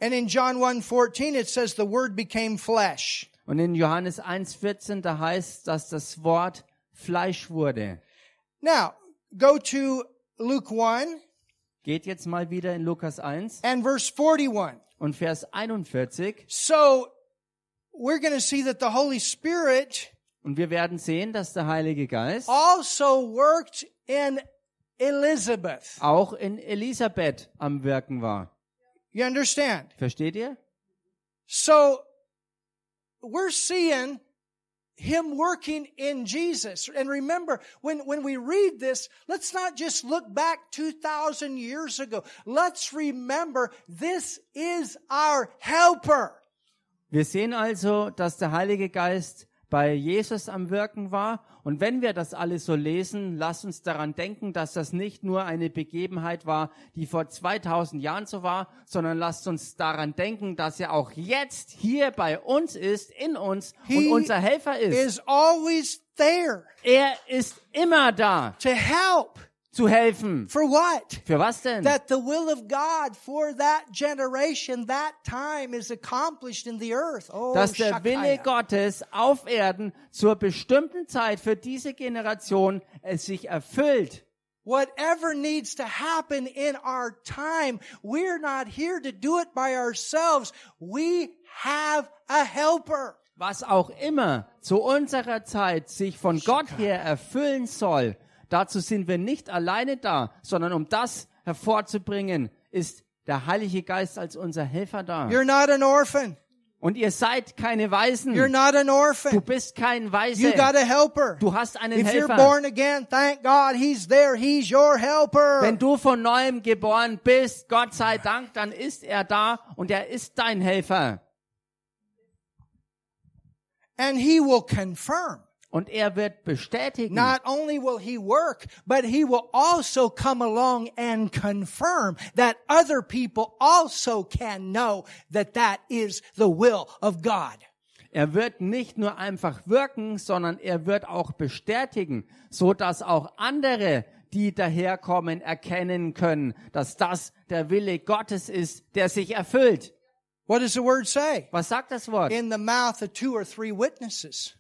Speaker 1: And in John 1:14 it says the word became flesh
Speaker 2: Und in Johannes 1,14, da heißt, dass das Wort Fleisch wurde.
Speaker 1: Now, go to Luke 1
Speaker 2: Geht jetzt mal wieder in Lukas 1
Speaker 1: and verse 41.
Speaker 2: und Vers 41.
Speaker 1: So we're going to see that the Holy Spirit
Speaker 2: Und wir werden sehen, dass der Heilige Geist
Speaker 1: also worked in Elizabeth.
Speaker 2: auch in Elisabeth am Wirken war.
Speaker 1: You understand?
Speaker 2: Versteht ihr?
Speaker 1: So we're seeing him working in Jesus. And remember, when, when we read this, let's not just look back 2,000 years ago. Let's remember this is our helper.
Speaker 2: Wir sehen also, dass der Heilige Geist bei Jesus am Wirken war. Und wenn wir das alles so lesen, lasst uns daran denken, dass das nicht nur eine Begebenheit war, die vor 2000 Jahren so war, sondern lasst uns daran denken, dass er auch jetzt hier bei uns ist, in uns
Speaker 1: He
Speaker 2: und unser Helfer ist.
Speaker 1: Is always there
Speaker 2: Er ist immer da,
Speaker 1: to help.
Speaker 2: zu helfen.
Speaker 1: For what?
Speaker 2: Für was denn?
Speaker 1: That the will of God for that generation, that time is accomplished in the earth. Oh,
Speaker 2: dass der Wille
Speaker 1: Shakaya.
Speaker 2: Gottes auf Erden zur bestimmten Zeit für diese Generation es sich erfüllt.
Speaker 1: Whatever needs to happen in our time, we're not here to do it by ourselves. We have a helper.
Speaker 2: Was auch immer zu unserer Zeit sich von Gott her erfüllen soll, dazu sind wir nicht alleine da, sondern um das hervorzubringen, ist der Heilige Geist als unser Helfer da.
Speaker 1: You're not an orphan.
Speaker 2: Und ihr seid keine
Speaker 1: You're
Speaker 2: Weisen.
Speaker 1: not an
Speaker 2: Du
Speaker 1: orphan.
Speaker 2: bist kein Weise.
Speaker 1: You got a helper.
Speaker 2: Du hast einen
Speaker 1: If you're
Speaker 2: Helfer.
Speaker 1: born again, thank God he's there. He's your helper.
Speaker 2: Wenn du von neuem geboren bist, Gott sei Dank, dann ist er da und er ist dein Helfer.
Speaker 1: And he will confirm.
Speaker 2: Und er wird bestätigen.
Speaker 1: Not only will he work, but he will also come along and confirm that other people also can know that that is the will of God.
Speaker 2: Er wird nicht nur einfach wirken, sondern er wird auch bestätigen, so dass auch andere, die daherkommen, erkennen können, dass das der Wille Gottes ist, der sich erfüllt.
Speaker 1: What does the word say?
Speaker 2: Was sagt das Wort?
Speaker 1: In the mouth of two or three witnesses.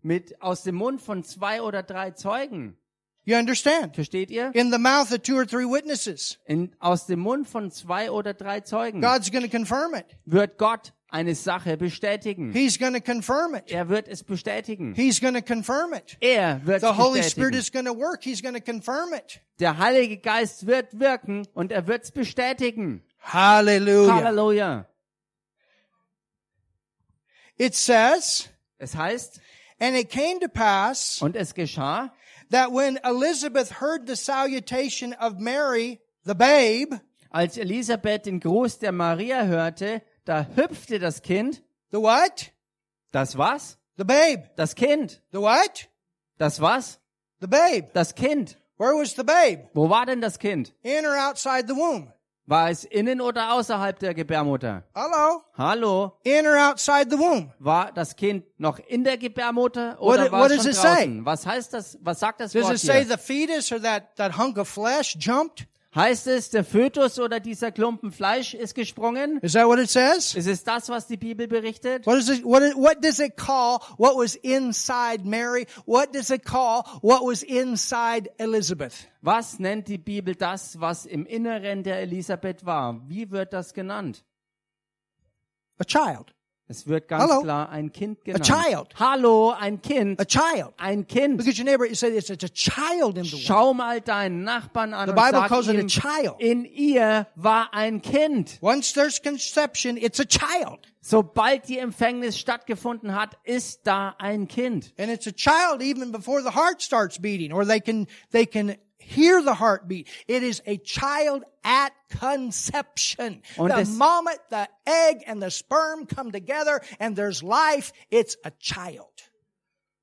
Speaker 2: Mit aus dem Mund von zwei oder drei Zeugen.
Speaker 1: You understand?
Speaker 2: Versteht ihr?
Speaker 1: In the mouth of two or three witnesses.
Speaker 2: In, aus dem Mund von zwei oder drei Zeugen
Speaker 1: God's going to confirm it.
Speaker 2: wird Gott eine Sache bestätigen.
Speaker 1: He's going to confirm it.
Speaker 2: Er wird es bestätigen.
Speaker 1: He's going to confirm it.
Speaker 2: Er wird
Speaker 1: The
Speaker 2: es
Speaker 1: Holy Spirit
Speaker 2: bestätigen.
Speaker 1: is going to work. He's going to confirm it.
Speaker 2: Der Heilige Geist wird wirken und er wird es bestätigen.
Speaker 1: Hallelujah.
Speaker 2: Halleluja.
Speaker 1: It says,
Speaker 2: Es heißt,
Speaker 1: and it came to pass
Speaker 2: und es geschah,
Speaker 1: that when Elizabeth heard the salutation of Mary, the babe,
Speaker 2: als Elisabeth den Gruß der Maria hörte, da hüpfte das Kind.
Speaker 1: the what?
Speaker 2: Das was?
Speaker 1: The babe.
Speaker 2: Das Kind.
Speaker 1: The what?
Speaker 2: Das was?
Speaker 1: The babe.
Speaker 2: Das Kind.
Speaker 1: Where was the babe?
Speaker 2: Wo war denn das Kind?
Speaker 1: In or outside the womb?
Speaker 2: War es innen oder außerhalb der Gebärmutter?
Speaker 1: Hello?
Speaker 2: Hallo?
Speaker 1: In or outside the womb?
Speaker 2: War das Kind noch in der Gebärmutter
Speaker 1: What
Speaker 2: oder
Speaker 1: it-
Speaker 2: war
Speaker 1: what does
Speaker 2: es schon
Speaker 1: it say?
Speaker 2: draußen? Was heißt das? Was sagt das
Speaker 1: Does it
Speaker 2: Wort
Speaker 1: say the
Speaker 2: hier?
Speaker 1: fetus or that, that hunk of flesh jumped?
Speaker 2: Heißt es, der Fötus oder dieser Klumpen Fleisch ist gesprungen?
Speaker 1: Is that what it says?
Speaker 2: Ist es das, was die Bibel berichtet?
Speaker 1: What is it, what, it- what does it call what was inside Mary? What does it call what was inside Elizabeth?
Speaker 2: Was nennt die Bibel das, was im Inneren der Elisabeth war? Wie wird das genannt?
Speaker 1: A child.
Speaker 2: Es wird ganz
Speaker 1: Hallo?
Speaker 2: klar ein Kind genannt.
Speaker 1: child.
Speaker 2: Hallo, ein
Speaker 1: A
Speaker 2: Kind.
Speaker 1: child.
Speaker 2: Ein Kind.
Speaker 1: Look at your neighbor. It said it's, it's a child in the womb.
Speaker 2: Schau mal deinen Nachbarn an
Speaker 1: The
Speaker 2: und
Speaker 1: Bible
Speaker 2: sag
Speaker 1: calls it a
Speaker 2: ihm,
Speaker 1: child.
Speaker 2: in ihr war ein Kind.
Speaker 1: Once there's conception, it's a child.
Speaker 2: Sobald die Empfängnis stattgefunden hat, ist da ein Kind.
Speaker 1: And it's a child even before the heart starts beating or they can, they can hear the heartbeat. It is a child at conception.
Speaker 2: Und
Speaker 1: the
Speaker 2: es-
Speaker 1: moment the egg and the sperm come together and there's life, it's a child.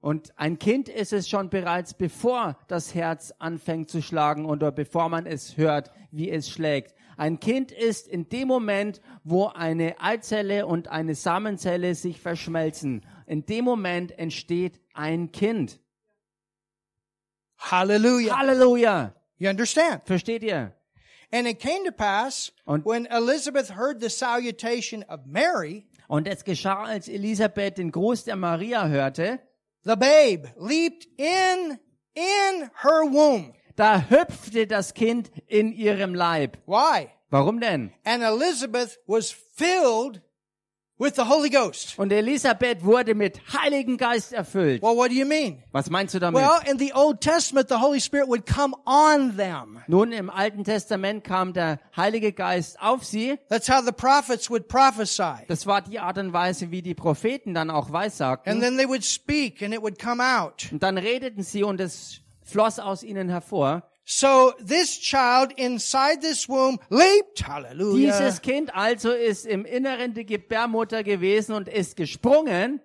Speaker 2: Und ein Kind ist es schon bereits, bevor das Herz anfängt zu schlagen oder bevor man es hört, wie es schlägt. Ein Kind ist in dem Moment, wo eine Eizelle und eine Samenzelle sich verschmelzen. In dem Moment entsteht ein Kind.
Speaker 1: Hallelujah.
Speaker 2: Halleluja!
Speaker 1: You understand?
Speaker 2: Versteht ihr?
Speaker 1: And it came to pass
Speaker 2: Und-
Speaker 1: when Elizabeth heard the salutation of Mary,
Speaker 2: Und es geschah, als Elisabeth den Gruß der Maria hörte,
Speaker 1: the babe leaped in, in her womb.
Speaker 2: da hüpfte das Kind in ihrem Leib.
Speaker 1: Why?
Speaker 2: Warum denn?
Speaker 1: And Elizabeth was filled with the Holy Ghost.
Speaker 2: Und Elisabeth wurde mit Heiligen Geist erfüllt.
Speaker 1: Well, what do you mean?
Speaker 2: Was meinst du damit?
Speaker 1: Well, in the Old Testament, the Holy Spirit would come on them.
Speaker 2: Nun, im Alten Testament kam der Heilige Geist auf sie.
Speaker 1: That's how the prophets would prophesy.
Speaker 2: Das war die Art und Weise, wie die Propheten dann auch
Speaker 1: And
Speaker 2: weissagten.
Speaker 1: then they would speak and it would come out.
Speaker 2: Und dann redeten sie und es floss aus ihnen hervor.
Speaker 1: So this child inside this womb leaped. Hallelujah.
Speaker 2: Dieses Kind also ist im Inneren der Gebärmutter gewesen und ist gesprungen.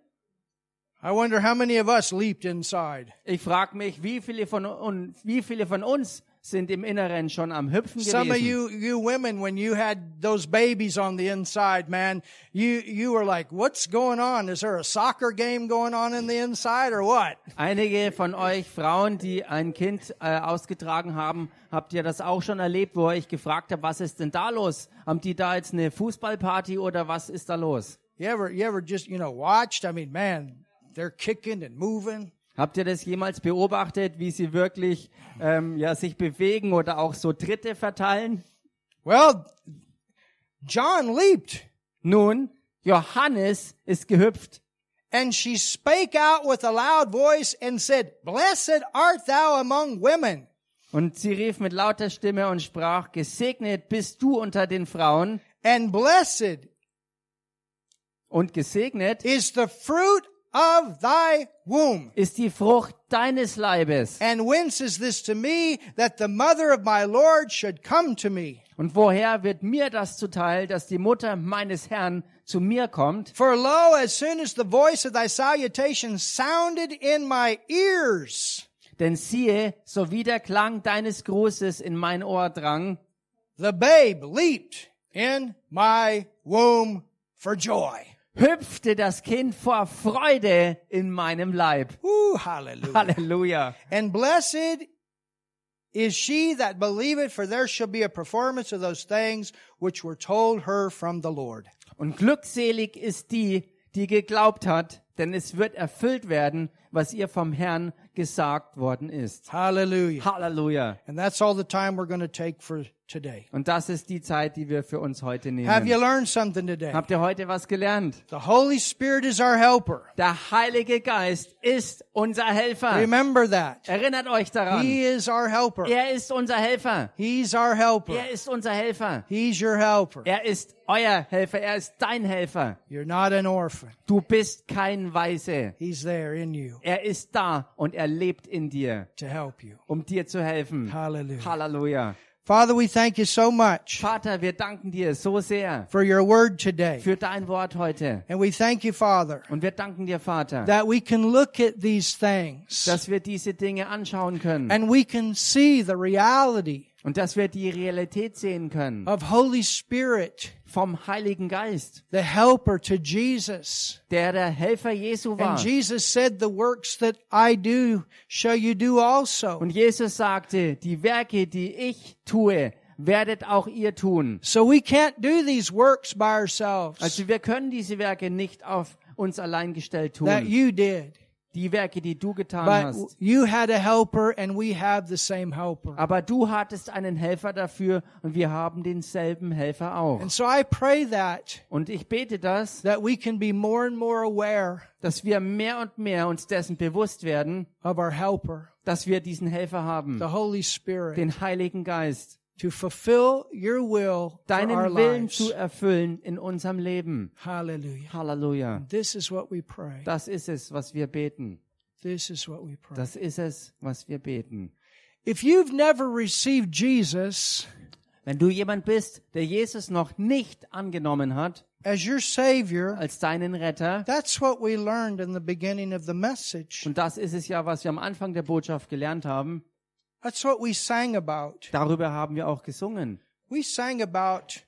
Speaker 1: I wonder how many of us leaped inside.
Speaker 2: Ich frage mich, wie viele von un, wie viele von uns sind im Inneren schon am Hüpfen
Speaker 1: Some of
Speaker 2: gewesen?
Speaker 1: you, you women, when you had those babies on the inside, man, you, you were like, what's going on? Is there a soccer game going on in the inside or what?
Speaker 2: Einige von euch Frauen, die ein Kind äh, ausgetragen haben, habt ihr das auch schon erlebt, wo ich gefragt habe, was ist denn da los? Haben die da jetzt eine Fußballparty oder was ist da los?
Speaker 1: You ever, you ever just, you know, watched? I mean, man, they're kicking and moving.
Speaker 2: Habt ihr das jemals beobachtet, wie sie wirklich ähm, ja, sich bewegen oder auch so Tritte verteilen?
Speaker 1: Well, John leaped
Speaker 2: Nun, Johannes ist gehüpft.
Speaker 1: and she spake out with a loud voice and said, blessed art thou among women.
Speaker 2: Und sie rief mit lauter Stimme und sprach, gesegnet bist du unter den Frauen
Speaker 1: And blessed
Speaker 2: und gesegnet
Speaker 1: is the fruit of thy womb.
Speaker 2: ist die Frucht deines Leibes.
Speaker 1: And whence is this to me that the mother of my Lord should come to me?
Speaker 2: Und woher wird mir das zuteil, dass die Mutter meines Herrn zu mir kommt?
Speaker 1: For lo, as soon as the voice of thy salutation sounded in my ears,
Speaker 2: Denn siehe, so wie der Klang deines Grußes in mein Ohr drang,
Speaker 1: the babe leaped in my womb for joy.
Speaker 2: hüpfte das Kind vor Freude in meinem Leib.
Speaker 1: Woo, hallelujah.
Speaker 2: Halleluja.
Speaker 1: And blessed is she that believeth, for there shall be a performance of those things which were told her from the Lord.
Speaker 2: Und glückselig ist die, die geglaubt hat, denn es wird erfüllt werden, was ihr vom Herrn gesagt worden ist.
Speaker 1: Hallelujah.
Speaker 2: Halleluja.
Speaker 1: And that's all the time we're going to take for today.
Speaker 2: Und das ist die Zeit, die wir für uns heute
Speaker 1: Have you
Speaker 2: nehmen.
Speaker 1: learned something today?
Speaker 2: Habt ihr heute was gelernt?
Speaker 1: The Holy Spirit is our helper.
Speaker 2: Der Heilige Geist ist unser Helfer.
Speaker 1: Remember that.
Speaker 2: Erinnert euch daran.
Speaker 1: He is our helper.
Speaker 2: Er ist unser Helfer.
Speaker 1: He's our helper.
Speaker 2: Er ist unser Helfer.
Speaker 1: He's your helper.
Speaker 2: Er ist euer Helfer. Er ist dein Helfer.
Speaker 1: You're not an orphan.
Speaker 2: Du bist kein Weise.
Speaker 1: He's there in you
Speaker 2: Er ist da und er lebt in dir,
Speaker 1: to help you.
Speaker 2: um dir zu helfen.
Speaker 1: Hallelujah.
Speaker 2: Halleluja.
Speaker 1: Father, we thank you so much
Speaker 2: Vater, wir danken dir so sehr
Speaker 1: for your word today.
Speaker 2: für dein Wort heute.
Speaker 1: And we thank you, Father,
Speaker 2: Und wir danken dir, Vater,
Speaker 1: that we can look at these things
Speaker 2: dass wir diese Dinge anschauen können
Speaker 1: and we can see the reality
Speaker 2: und dass wir die Realität sehen können
Speaker 1: of Holy Spirit,
Speaker 2: vom Heiligen Geist,
Speaker 1: the helper to Jesus.
Speaker 2: der der Helfer Jesu
Speaker 1: And
Speaker 2: war.
Speaker 1: Jesus said, The works that I do shall you do also.
Speaker 2: Und Jesus sagte, die Werke, die ich tue, werdet auch ihr tun.
Speaker 1: So we can't do these works by ourselves
Speaker 2: Also wir können diese Werke nicht auf uns allein gestellt
Speaker 1: that
Speaker 2: tun.
Speaker 1: you did.
Speaker 2: Die Werke, die du getan
Speaker 1: But
Speaker 2: hast.
Speaker 1: you had a helper, and we have the same helper.
Speaker 2: Aber du hattest einen Helfer dafür und wir haben denselben Helfer auch.
Speaker 1: And so I pray that
Speaker 2: Und ich bete das,
Speaker 1: that we can be more and more aware
Speaker 2: dass wir mehr und mehr uns dessen bewusst werden,
Speaker 1: of our helper,
Speaker 2: dass wir diesen Helfer haben,
Speaker 1: the Holy Spirit,
Speaker 2: den Heiligen Geist,
Speaker 1: to fulfill your will for our
Speaker 2: deinen Willen zu
Speaker 1: lives.
Speaker 2: erfüllen in unserem Leben.
Speaker 1: Hallelujah.
Speaker 2: Halleluja.
Speaker 1: This is what we pray.
Speaker 2: Das ist es, was wir beten.
Speaker 1: This is what we pray.
Speaker 2: Das ist es, was wir beten.
Speaker 1: If you've never received Jesus
Speaker 2: Wenn du jemand bist, der Jesus noch nicht angenommen hat
Speaker 1: as your Savior,
Speaker 2: als deinen Retter,
Speaker 1: That's what we learned in the beginning of the message.
Speaker 2: und das ist es ja, was wir am Anfang der Botschaft gelernt haben,
Speaker 1: That's what we sang about.
Speaker 2: darüber haben wir auch gesungen.
Speaker 1: We sang about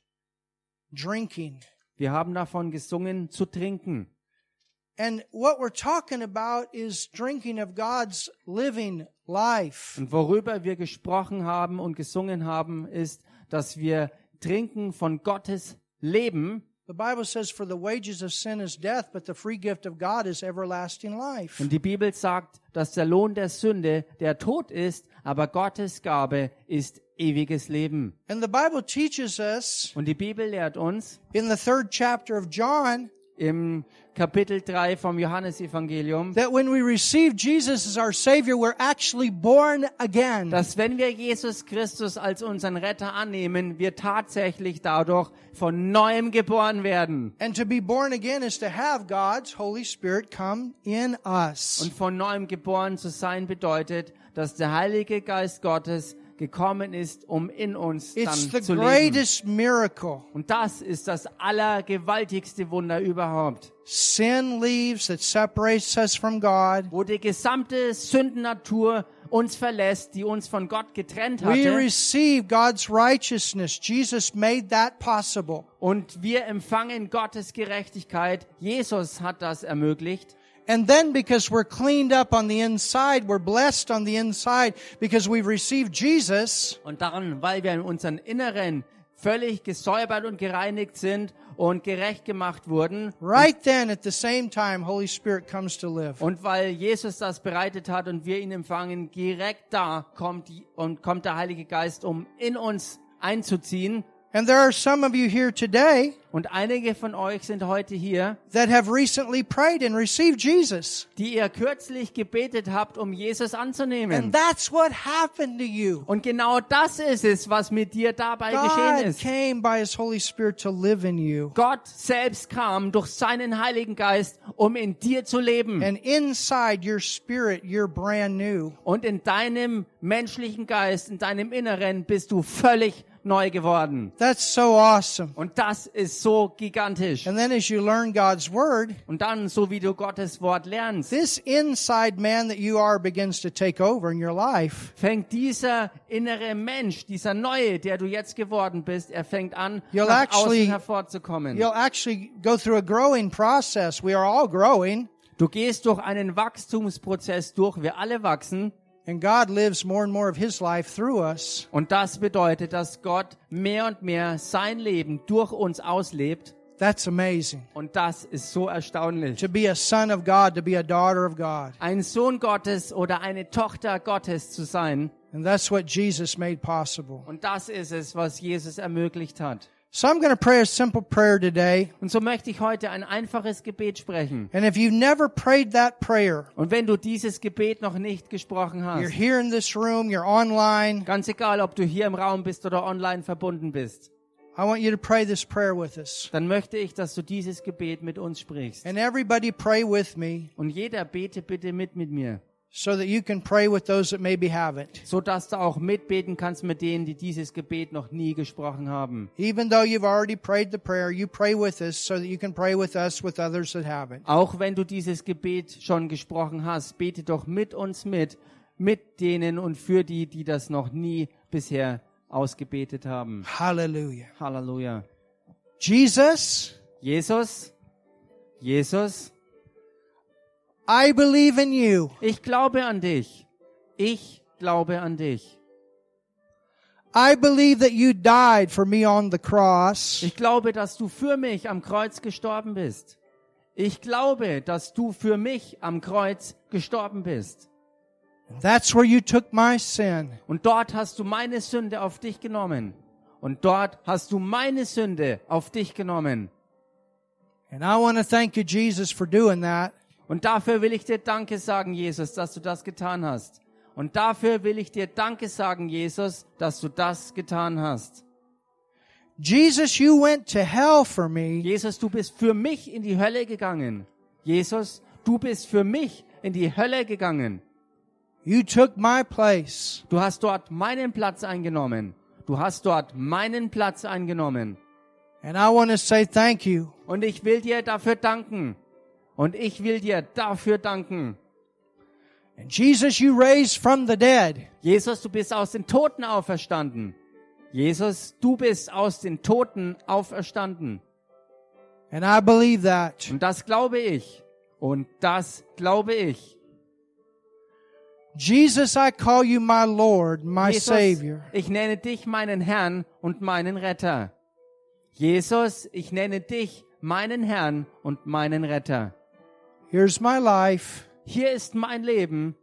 Speaker 1: drinking.
Speaker 2: Wir haben davon gesungen, zu trinken.
Speaker 1: And what we're talking about is drinking of God's living life.
Speaker 2: Und worüber wir gesprochen haben und gesungen haben, ist, dass wir trinken von Gottes Leben.
Speaker 1: The Bible says, For the wages of sin is death, but the free gift of God is everlasting life.
Speaker 2: Und die Bibel sagt, dass der Lohn der Sünde der Tod ist, aber Gottes Gabe ist ewiges Leben.
Speaker 1: And the Bible teaches us
Speaker 2: Und die Bibel lehrt uns
Speaker 1: in the third chapter of John
Speaker 2: im im Kapitel 3 vom Johannesevangelium,
Speaker 1: that when we receive Jesus as our Savior, we're actually born again.
Speaker 2: dass wenn wir Jesus Christus als unseren Retter annehmen, wir tatsächlich dadurch von neuem geboren werden.
Speaker 1: And to be born again is to have God's Holy Spirit come in us.
Speaker 2: Und von neuem geboren zu sein bedeutet, dass der Heilige Geist Gottes gekommen ist, um in uns
Speaker 1: It's the
Speaker 2: dann zu leben.
Speaker 1: greatest miracle.
Speaker 2: Und das ist das allergewaltigste Wunder überhaupt,
Speaker 1: Sin leaves that separates us from God.
Speaker 2: wo die gesamte Sündennatur uns verlässt, die uns von Gott getrennt
Speaker 1: We
Speaker 2: hatte.
Speaker 1: receive God's righteousness. Jesus made that possible.
Speaker 2: Und wir empfangen Gottes Gerechtigkeit. Jesus hat das ermöglicht.
Speaker 1: And then because we're cleaned up on the inside, we're blessed on the inside because we've received Jesus,
Speaker 2: Und daran, weil wir in unseren Inneren völlig gesäubert und gereinigt sind und gerecht gemacht wurden,
Speaker 1: right then at the same time Holy Spirit comes to live.
Speaker 2: Und weil Jesus das bereitet hat und wir ihn empfangen, direkt da kommt die, und kommt der Heilige Geist, um in uns einzuziehen.
Speaker 1: And there are some of you here today
Speaker 2: Und einige von euch sind heute hier,
Speaker 1: that have recently prayed and received Jesus.
Speaker 2: die ihr kürzlich gebetet habt, um Jesus
Speaker 1: And
Speaker 2: anzunehmen.
Speaker 1: that's what happened to you.
Speaker 2: Und genau das ist es, was mit dir dabei geschehen
Speaker 1: God
Speaker 2: ist.
Speaker 1: came by his Holy Spirit to live in you.
Speaker 2: Gott selbst kam durch seinen Heiligen Geist, um in dir zu leben.
Speaker 1: And inside your spirit, you're brand new.
Speaker 2: Und in deinem menschlichen Geist, in deinem Inneren bist du völlig neu geworden.
Speaker 1: That's so awesome.
Speaker 2: Und das ist so gigantisch.
Speaker 1: And then as you learn God's word,
Speaker 2: Und dann, so wie du Gottes Wort lernst,
Speaker 1: this inside man that you are begins to take over in your life.
Speaker 2: fängt dieser innere Mensch, dieser Neue, der du jetzt geworden bist, er fängt an,
Speaker 1: You'll
Speaker 2: nach
Speaker 1: actually-
Speaker 2: außen hervorzukommen.
Speaker 1: You'll actually go through a growing process. We are all growing
Speaker 2: Du gehst durch einen Wachstumsprozess durch, wir alle wachsen.
Speaker 1: and God lives more and more of his life through us.
Speaker 2: Und das bedeutet, dass Gott mehr und mehr sein Leben durch uns auslebt.
Speaker 1: That's amazing.
Speaker 2: Und das ist so erstaunlich.
Speaker 1: To be a son of God, to be a daughter of God.
Speaker 2: Ein Sohn Gottes oder eine Tochter Gottes zu sein.
Speaker 1: And that's what Jesus made possible.
Speaker 2: Und das ist es, was Jesus ermöglicht hat.
Speaker 1: So I'm going to pray a simple prayer today.
Speaker 2: Und so möchte ich heute ein einfaches Gebet sprechen.
Speaker 1: And if you've never prayed that prayer,
Speaker 2: Und wenn du dieses Gebet noch nicht gesprochen
Speaker 1: you're
Speaker 2: hast,
Speaker 1: here in this room, you're online,
Speaker 2: ganz egal, ob du hier im Raum bist oder online verbunden bist,
Speaker 1: I want you to pray this prayer with us.
Speaker 2: dann möchte ich, dass du dieses Gebet mit uns sprichst.
Speaker 1: And everybody pray with me
Speaker 2: Und jeder bete bitte mit mit mir,
Speaker 1: so that you can pray with those that maybe haven't.
Speaker 2: so dass du auch mitbeten kannst mit denen, die dieses Gebet noch nie gesprochen haben.
Speaker 1: Even though you've already prayed the prayer, you pray with us so that you can pray with us with others that haven't.
Speaker 2: Auch wenn du dieses Gebet schon gesprochen hast, bete doch mit uns mit, mit denen und für die, die das noch nie bisher ausgebetet haben.
Speaker 1: Hallelujah.
Speaker 2: Halleluja.
Speaker 1: Jesus,
Speaker 2: Jesus, Jesus,
Speaker 1: I believe in you.
Speaker 2: Ich glaube an dich. Ich glaube an dich.
Speaker 1: I believe that you died for me on the cross.
Speaker 2: Ich glaube, dass du für mich am Kreuz gestorben bist. Ich glaube, dass du für mich am Kreuz gestorben bist.
Speaker 1: That's where you took my sin.
Speaker 2: Und dort hast du meine Sünde auf dich genommen. Und dort hast du meine Sünde auf dich genommen.
Speaker 1: And I want to thank you, Jesus, for doing that.
Speaker 2: Und dafür will ich dir Danke sagen, Jesus, dass du das getan hast. Und dafür will ich dir Danke sagen, Jesus, dass du das getan hast.
Speaker 1: Jesus, you went to hell for me,
Speaker 2: Jesus, du bist für mich in die Hölle gegangen. Jesus, du bist für mich in die Hölle gegangen.
Speaker 1: you took my place.
Speaker 2: Du hast dort meinen Platz eingenommen. Du hast dort meinen Platz eingenommen.
Speaker 1: And I want to say thank you.
Speaker 2: Und ich will dir dafür danken. Und ich will dir dafür danken.
Speaker 1: And Jesus, you raised from the dead.
Speaker 2: Jesus, du bist aus den Toten auferstanden. Jesus, du bist aus den Toten auferstanden.
Speaker 1: And I believe that.
Speaker 2: Und das glaube ich. Und das glaube ich.
Speaker 1: Jesus, I call you my Lord, my
Speaker 2: Jesus,
Speaker 1: Savior.
Speaker 2: ich nenne dich meinen Herrn und meinen Retter. Jesus, ich nenne dich meinen Herrn und meinen Retter.
Speaker 1: Here's my life,
Speaker 2: Hier ist mein Leben.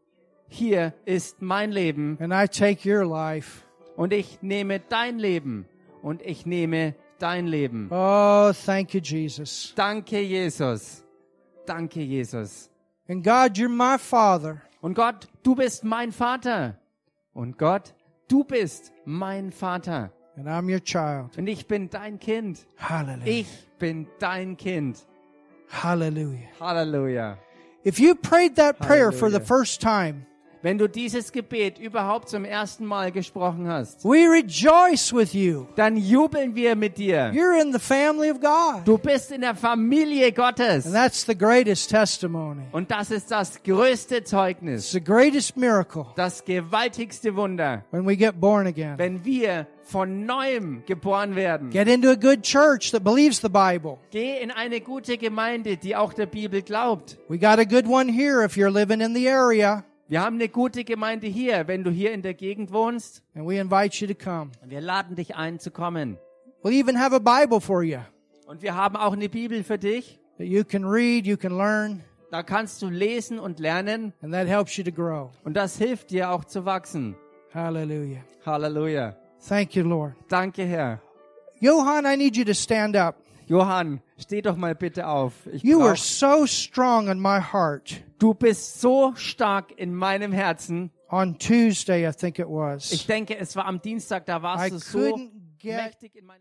Speaker 2: Hier ist mein Leben.
Speaker 1: and I take your life.
Speaker 2: Und ich nehme dein Leben. Und ich nehme dein Leben.
Speaker 1: Oh, thank you, Jesus.
Speaker 2: Danke, Jesus. Danke, Jesus.
Speaker 1: And God, you're my Father.
Speaker 2: Und Gott, du bist mein Vater. Und Gott, du bist mein Vater.
Speaker 1: And I'm your child.
Speaker 2: Und ich bin dein Kind.
Speaker 1: Hallelujah.
Speaker 2: Ich bin dein Kind.
Speaker 1: Hallelujah.
Speaker 2: Halleluja.
Speaker 1: If you prayed that prayer for the
Speaker 2: Hallelujah.
Speaker 1: first time,
Speaker 2: Wenn du dieses Gebet überhaupt zum ersten Mal gesprochen hast,
Speaker 1: we rejoice with you.
Speaker 2: dann jubeln wir mit dir.
Speaker 1: You're in the family of God.
Speaker 2: Du bist in der Familie Gottes.
Speaker 1: And that's the greatest testimony.
Speaker 2: Und das ist das größte
Speaker 1: It's
Speaker 2: Zeugnis,
Speaker 1: the greatest miracle
Speaker 2: das gewaltigste Wunder,
Speaker 1: when we get born again.
Speaker 2: wenn wir von neuem geboren werden.
Speaker 1: Get into a good church that believes the Bible.
Speaker 2: Geh in eine gute Gemeinde, die auch der Bibel glaubt.
Speaker 1: We got a good one here if you're living in the area,
Speaker 2: Wir haben eine gute Gemeinde hier, wenn du hier in der Gegend wohnst.
Speaker 1: and we invite you to come.
Speaker 2: Wir laden dich ein zu kommen.
Speaker 1: We'll even have a Bible for you
Speaker 2: Und wir haben auch eine Bibel für dich.
Speaker 1: that you can read, you can learn,
Speaker 2: Da kannst du lesen und lernen
Speaker 1: and that helps you to grow.
Speaker 2: und das hilft dir auch zu wachsen.
Speaker 1: Hallelujah.
Speaker 2: Halleluja.
Speaker 1: Thank you, Lord.
Speaker 2: Danke, Herr.
Speaker 1: Johann, I need you to stand up.
Speaker 2: Johann, steh doch mal bitte auf. Ich
Speaker 1: You were
Speaker 2: brauch,
Speaker 1: so strong in my heart
Speaker 2: du bist so stark in meinem Herzen.
Speaker 1: on Tuesday, I think it
Speaker 2: Ich
Speaker 1: was.
Speaker 2: denke, es war am Dienstag, da warst
Speaker 1: I
Speaker 2: du so
Speaker 1: couldn't get
Speaker 2: mächtig in meinem